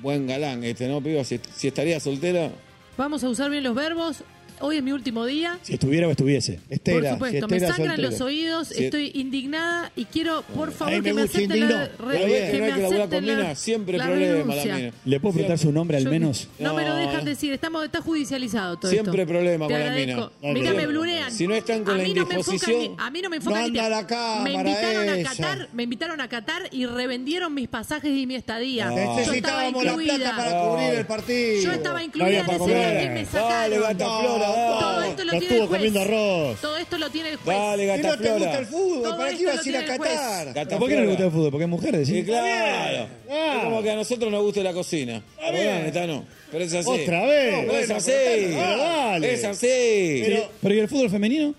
Speaker 1: Buen galán este, ¿no, piba? Si, si estaría soltera,
Speaker 2: Vamos a usar bien los verbos. Hoy es mi último día.
Speaker 5: Si estuviera o estuviese.
Speaker 3: Estela,
Speaker 2: por supuesto,
Speaker 3: si
Speaker 2: me
Speaker 3: Estela
Speaker 2: sangran
Speaker 3: soltera.
Speaker 2: los oídos,
Speaker 1: Sí.
Speaker 2: estoy indignada y quiero, por favor,
Speaker 3: me
Speaker 2: que me
Speaker 3: gusta,
Speaker 2: acepten la,
Speaker 3: indignó.
Speaker 2: re-
Speaker 1: la vez
Speaker 2: que
Speaker 1: que no
Speaker 2: me
Speaker 1: hay que laburar con
Speaker 2: acepten la-
Speaker 1: mina, siempre
Speaker 2: la
Speaker 1: problema la
Speaker 2: renuncia.
Speaker 1: mina.
Speaker 5: ¿Le puedo preguntar su nombre al
Speaker 2: Yo-
Speaker 5: menos?
Speaker 2: No, me lo
Speaker 1: No,
Speaker 2: dejan
Speaker 1: eh.
Speaker 2: decir, estamos, está judicializado todo
Speaker 1: Siempre
Speaker 2: esto.
Speaker 1: problema
Speaker 2: Te
Speaker 1: con la
Speaker 2: agradezco.
Speaker 1: mina.
Speaker 2: Mirá, me
Speaker 4: problema.
Speaker 2: blurean.
Speaker 1: Si no están con
Speaker 2: a
Speaker 1: la
Speaker 2: mí no me enfocan
Speaker 1: indisposición,
Speaker 2: ni- a mí no me enfocan
Speaker 3: no
Speaker 2: ni-
Speaker 3: anda la cámara
Speaker 2: Me invitaron a
Speaker 3: esa.
Speaker 2: Qatar, me invitaron a Qatar y revendieron mis pasajes y mi estadía. Yo estaba
Speaker 3: Necesitábamos la
Speaker 2: incluida.
Speaker 3: plata para cubrir el partido.
Speaker 2: Yo estaba
Speaker 4: había
Speaker 2: incluida en
Speaker 4: para
Speaker 2: ese día
Speaker 4: comer.
Speaker 2: y me sacaron.
Speaker 1: Dale, gata flora,
Speaker 3: no.
Speaker 2: Todo esto lo
Speaker 4: No
Speaker 2: tiene el
Speaker 4: estuvo
Speaker 2: juez.
Speaker 4: comiendo arroz.
Speaker 2: Todo esto lo tiene el juez.
Speaker 1: Dale,
Speaker 3: Y no te gusta
Speaker 1: Gataflora.
Speaker 3: el fútbol,
Speaker 2: Todo
Speaker 3: ¿para qué
Speaker 2: esto lo
Speaker 3: ibas a ir a
Speaker 2: tiene el juez.
Speaker 3: Qatar?
Speaker 1: Gataflora.
Speaker 5: ¿Por qué no le gusta el fútbol? Porque es mujer, decís.
Speaker 1: Sí, claro. Es como que a nosotros nos guste la cocina. Perdóname, Tano. Pero es así.
Speaker 4: Otra vez.
Speaker 1: No, es
Speaker 4: Bueno,
Speaker 1: así.
Speaker 4: pero Tano, dale.
Speaker 1: Es así.
Speaker 4: Pero- Ah.
Speaker 5: Pero ¿y el fútbol femenino?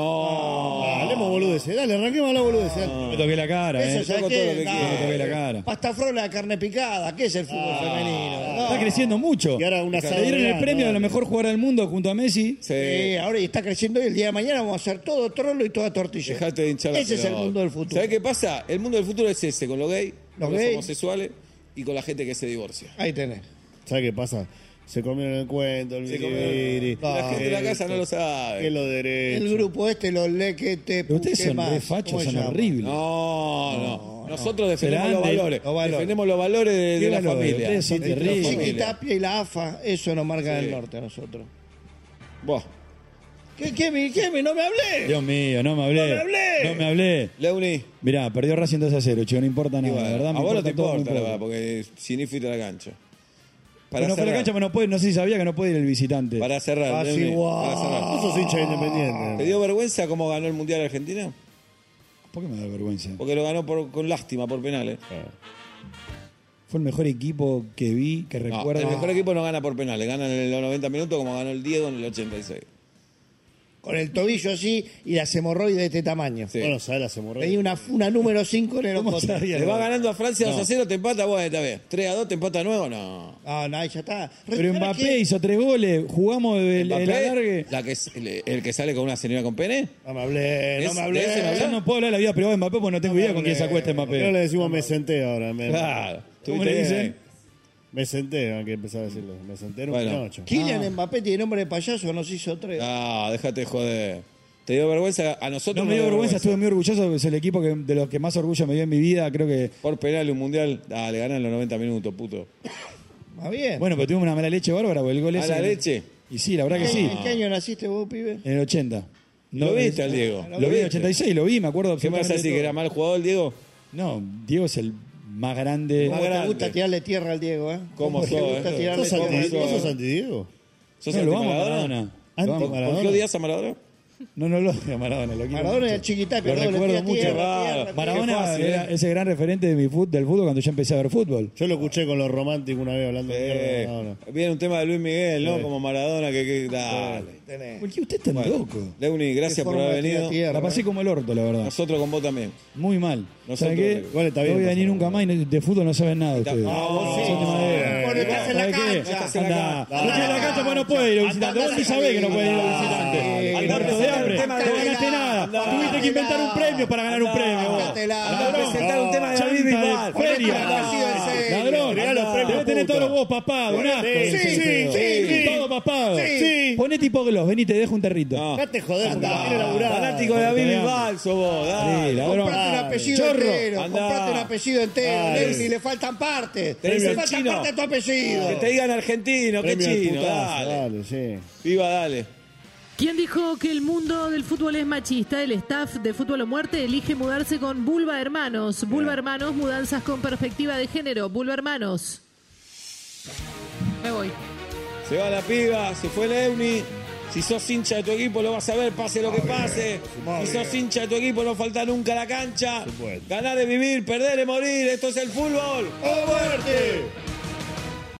Speaker 1: No.
Speaker 4: Hablemos boludeces, dale, arranquemos la boludez.
Speaker 5: Me toqué la cara,
Speaker 3: Eso
Speaker 5: ¿eh?
Speaker 3: ya
Speaker 1: Toco todo lo que
Speaker 3: que
Speaker 1: quiera,
Speaker 5: te ve la cara. Ah,
Speaker 3: Pasta frola, carne picada, ¿qué es el fútbol femenino? No.
Speaker 5: Está creciendo mucho.
Speaker 4: Y ahora una
Speaker 5: Le dieron el premio de la mejor jugadora del mundo junto a Messi.
Speaker 1: Sí.
Speaker 3: Eh, ahora y está creciendo y el día de mañana vamos a hacer todo trolo y toda tortilla.
Speaker 1: Dejate de hinchar la
Speaker 3: Ese es el
Speaker 1: pelota.
Speaker 3: mundo del futuro.
Speaker 1: ¿Sabés qué pasa? El mundo del futuro es ese, con los gays,
Speaker 3: Los
Speaker 1: con los
Speaker 3: gay.
Speaker 1: homosexuales y con la gente que se divorcia.
Speaker 3: Ahí tenés.
Speaker 4: ¿Sabes qué pasa? Se comieron el cuento, el
Speaker 1: Se
Speaker 4: biribiri.
Speaker 1: comieron- La gente de la casa no lo sabe.
Speaker 4: Que es lo derecho.
Speaker 3: El grupo este, los lequete,
Speaker 5: Pero ustedes
Speaker 3: ¿qué
Speaker 5: son
Speaker 3: más?
Speaker 5: re
Speaker 3: ¿Cómo
Speaker 5: fachos,
Speaker 3: se
Speaker 5: son
Speaker 3: llama?
Speaker 5: horribles.
Speaker 1: No, no. Nosotros defendemos
Speaker 5: Serán
Speaker 1: los
Speaker 5: de-
Speaker 1: valores.
Speaker 3: los valores.
Speaker 1: Defendemos los valores de, de
Speaker 5: ¿Qué
Speaker 1: la
Speaker 5: valores?
Speaker 1: familia.
Speaker 5: Ustedes son
Speaker 1: De la
Speaker 5: terribles.
Speaker 1: familia.
Speaker 3: Chiqui Tapia y la AFA, eso nos marca del norte a nosotros.
Speaker 1: Buah.
Speaker 3: ¿Qué, Kevin? Kevin? ¡No me hablé!
Speaker 5: Dios mío, no me hablé.
Speaker 3: No me hablé.
Speaker 5: No me hablé.
Speaker 1: Leoni.
Speaker 5: Mirá, perdió Racing 2 a 0, chico, no importa nada.
Speaker 1: Bueno,
Speaker 5: la verdad,
Speaker 1: a
Speaker 5: me
Speaker 1: vos no te
Speaker 5: importa todo,
Speaker 1: importa,
Speaker 5: me
Speaker 1: la
Speaker 5: importa.
Speaker 1: verdad, porque si ni fuiste a la cancha. Para
Speaker 5: Bueno, fue a la
Speaker 1: cerrar,
Speaker 5: cancha, pero no, puede, no sé si sabía que no puede ir el visitante.
Speaker 1: para cerrar,
Speaker 3: Así,
Speaker 1: Leoni,
Speaker 3: guau.
Speaker 1: para cerrar.
Speaker 4: Vos sos hincha de
Speaker 1: ¿Te
Speaker 4: independiente.
Speaker 1: dio vergüenza cómo ganó el Mundial Argentina?
Speaker 5: ¿Por qué me da vergüenza?
Speaker 1: Porque lo ganó por- con lástima, por penales.
Speaker 5: Fue el mejor equipo que vi, que
Speaker 1: No,
Speaker 5: recuerdo.
Speaker 1: el mejor equipo no gana por penales, gana en los 90 minutos como ganó el Diego en el 86.
Speaker 3: Con el tobillo así y las hemorroides de este tamaño.
Speaker 1: Sí.
Speaker 4: Bueno, sabés las hemorroides.
Speaker 3: Tenía una, una número 5 en el
Speaker 5: ¿Cómo
Speaker 3: ocote.
Speaker 5: sabía?
Speaker 1: Le va ganando a Francia
Speaker 5: No.
Speaker 1: 2 a 0, te empata, bueno, está bien. 3 a 2, te empata nuevo, no.
Speaker 3: Ah, no, ahí ya está.
Speaker 5: Pero
Speaker 3: ¿Sabes
Speaker 5: Mbappé
Speaker 3: qué?
Speaker 5: hizo tres goles, jugamos el, el
Speaker 1: Mbappé,
Speaker 5: alargue.
Speaker 1: la que, es- el, el que sale con una señora con pene.
Speaker 4: No me hablé,
Speaker 1: Es-
Speaker 4: no me
Speaker 1: de ese me
Speaker 4: hablé.
Speaker 1: hablé.
Speaker 5: Yo no puedo hablar de la vida privada de Mbappé porque no tengo idea con quién se acuesta
Speaker 4: Pero le
Speaker 5: Mbappé.
Speaker 4: decimos me senté ahora. Me,
Speaker 1: Claro.
Speaker 5: ¿Cómo le
Speaker 1: Estuviste
Speaker 5: dicen?
Speaker 1: bien.
Speaker 4: me senté, aunque empezar a decirlo. Me senté en un
Speaker 1: Bueno.
Speaker 4: pinocho.
Speaker 3: Kylian
Speaker 5: Ah.
Speaker 3: Mbappé tiene nombre de payaso, nos hizo tres.
Speaker 1: No, déjate de joder. ¿Te dio vergüenza? A nosotros
Speaker 5: No
Speaker 1: nos
Speaker 5: me dio vergüenza, estuve muy orgulloso. Es el equipo que- de los que más orgullo me dio en mi vida. Creo que.
Speaker 1: Por penal un mundial, dale, ganan los 90 minutos, puto.
Speaker 3: Más bien.
Speaker 5: Bueno, pero tuvimos una mala leche bárbara porque el gol
Speaker 1: ¿A
Speaker 5: ese.
Speaker 1: la leche?
Speaker 5: Y sí, la verdad que
Speaker 3: ¿En-
Speaker 5: sí. Eh,
Speaker 3: ¿En qué año naciste vos, pibe?
Speaker 5: En el 80.
Speaker 1: ¿Lo viste al Diego?
Speaker 5: Lo, vi en el 86, lo vi, me acuerdo.
Speaker 1: ¿Qué más
Speaker 5: absolutamente
Speaker 1: así
Speaker 5: de
Speaker 1: que era
Speaker 5: todo.
Speaker 1: mal jugador, Diego?
Speaker 5: No, Diego es el más grande.
Speaker 1: Más
Speaker 3: ¿Cómo te
Speaker 1: grande.
Speaker 3: gusta tirarle tierra al Diego, eh?
Speaker 1: ¿Cómo
Speaker 3: te
Speaker 1: sos,
Speaker 3: gusta
Speaker 1: eh?
Speaker 3: tirarle
Speaker 4: ¿Vos
Speaker 1: ¿Sos
Speaker 3: tierra
Speaker 1: anti-
Speaker 3: al Diego?
Speaker 1: Maradona.
Speaker 4: sos anti-Diego?
Speaker 1: ¿Sos
Speaker 5: No,
Speaker 1: anti
Speaker 5: lo amo a
Speaker 1: Maradona?
Speaker 5: Maradona.
Speaker 1: ¿Por-
Speaker 5: Lo amo a
Speaker 1: ¿Por
Speaker 5: Maradona.
Speaker 1: qué odias a Maradona?
Speaker 5: No, no lo odio a Maradona. Lo quiero
Speaker 3: Maradona
Speaker 5: mucho.
Speaker 3: era chiquita, pero
Speaker 5: Lo
Speaker 3: luego le
Speaker 5: recuerdo
Speaker 3: tira
Speaker 5: mucho. Ah,
Speaker 1: Claro.
Speaker 3: tierra, tierra, tierra.
Speaker 5: Maradona
Speaker 1: Qué fácil,
Speaker 5: era
Speaker 1: eh.
Speaker 5: ese gran referente de mi fut- del fútbol cuando yo empecé a ver fútbol.
Speaker 4: Yo lo escuché con los románticos una vez hablando de mierda de
Speaker 1: Eh,
Speaker 4: Maradona.
Speaker 1: viene un tema de Luis Miguel, ¿no? Como Maradona, que, que- dale.
Speaker 3: Tenés.
Speaker 5: ¿Por qué usted es tan loco?
Speaker 1: Leuni,
Speaker 3: Qué
Speaker 1: gracias por
Speaker 3: forma de
Speaker 1: haber
Speaker 3: tirar
Speaker 1: venido.
Speaker 3: tierra,
Speaker 5: La pasé
Speaker 3: eh.
Speaker 5: como el orto, la verdad.
Speaker 1: Nosotros con vos también.
Speaker 5: Muy mal.
Speaker 1: Nosotros-
Speaker 5: ¿Saben qué?
Speaker 1: igual
Speaker 4: está
Speaker 5: no
Speaker 4: bien,
Speaker 5: voy a venir
Speaker 4: pasó.
Speaker 5: nunca más y no- de fútbol no saben nada ustedes.
Speaker 1: Ah, vos sí.
Speaker 5: Son de madera.
Speaker 3: Porque estás en la
Speaker 5: ¿Saben qué?
Speaker 3: cancha.
Speaker 5: Andá.
Speaker 4: Andá.
Speaker 5: No estoy en la cancha porque no puede ir los visitantes. Vos sí sabés que no puede ir los visitantes.
Speaker 3: Andá.
Speaker 5: Al muerto de hambre.
Speaker 1: Andá.
Speaker 5: No ganaste nada.
Speaker 1: Andá.
Speaker 5: Tuviste que inventar un premio para ganar un premio. vos.
Speaker 3: Andátela.
Speaker 5: Ladrón.
Speaker 3: Andá a
Speaker 1: presentar un tema de David
Speaker 5: Chanta
Speaker 1: Bisbal.
Speaker 5: Feria.
Speaker 3: Andá. Andá.
Speaker 5: Ladrón.
Speaker 4: Entregá los premios,
Speaker 5: Debes tener
Speaker 4: puta.
Speaker 5: todos los huevos papados. un asco.
Speaker 4: Sí, sí,
Speaker 3: sí, sí.
Speaker 5: Todo papado.
Speaker 3: Sí. Ah,
Speaker 5: Poné tipo gloss. Vení, te dejo un territo.
Speaker 1: No.
Speaker 4: Dejate joder, porque no quiero laburar.
Speaker 1: Fanático de David Bisbal, sos vos, dale.
Speaker 5: Sí, ladrón.
Speaker 3: Comprate un apellido
Speaker 5: Chorro.
Speaker 3: entero,
Speaker 1: Andá.
Speaker 3: comprate un apellido entero,
Speaker 4: Dale.
Speaker 3: Lenny, le faltan partes.
Speaker 1: Tenés
Speaker 3: Le
Speaker 1: el
Speaker 3: faltan
Speaker 1: chino.
Speaker 3: partes a tu apellido.
Speaker 1: Que te digan argentino, que
Speaker 4: Premio al
Speaker 1: chino,
Speaker 4: putazo,
Speaker 1: dale.
Speaker 4: dale, sí.
Speaker 1: Viva, dale.
Speaker 2: ¿Quién dijo que el mundo del fútbol es machista? El staff de Fútbol o Muerte elige mudarse con Bulba Hermanos. Bulba Hermanos, mudanzas con perspectiva de género. Bulba Hermanos. Me voy.
Speaker 1: Se va la piba, se fue Leuni. Si sos hincha de tu equipo lo vas a ver, pase lo que pase. Si sos hincha de tu equipo no falta nunca la cancha.
Speaker 4: Supuesto.
Speaker 1: Ganar es vivir, perder es morir. Esto es el fútbol.
Speaker 4: ¡O muerte!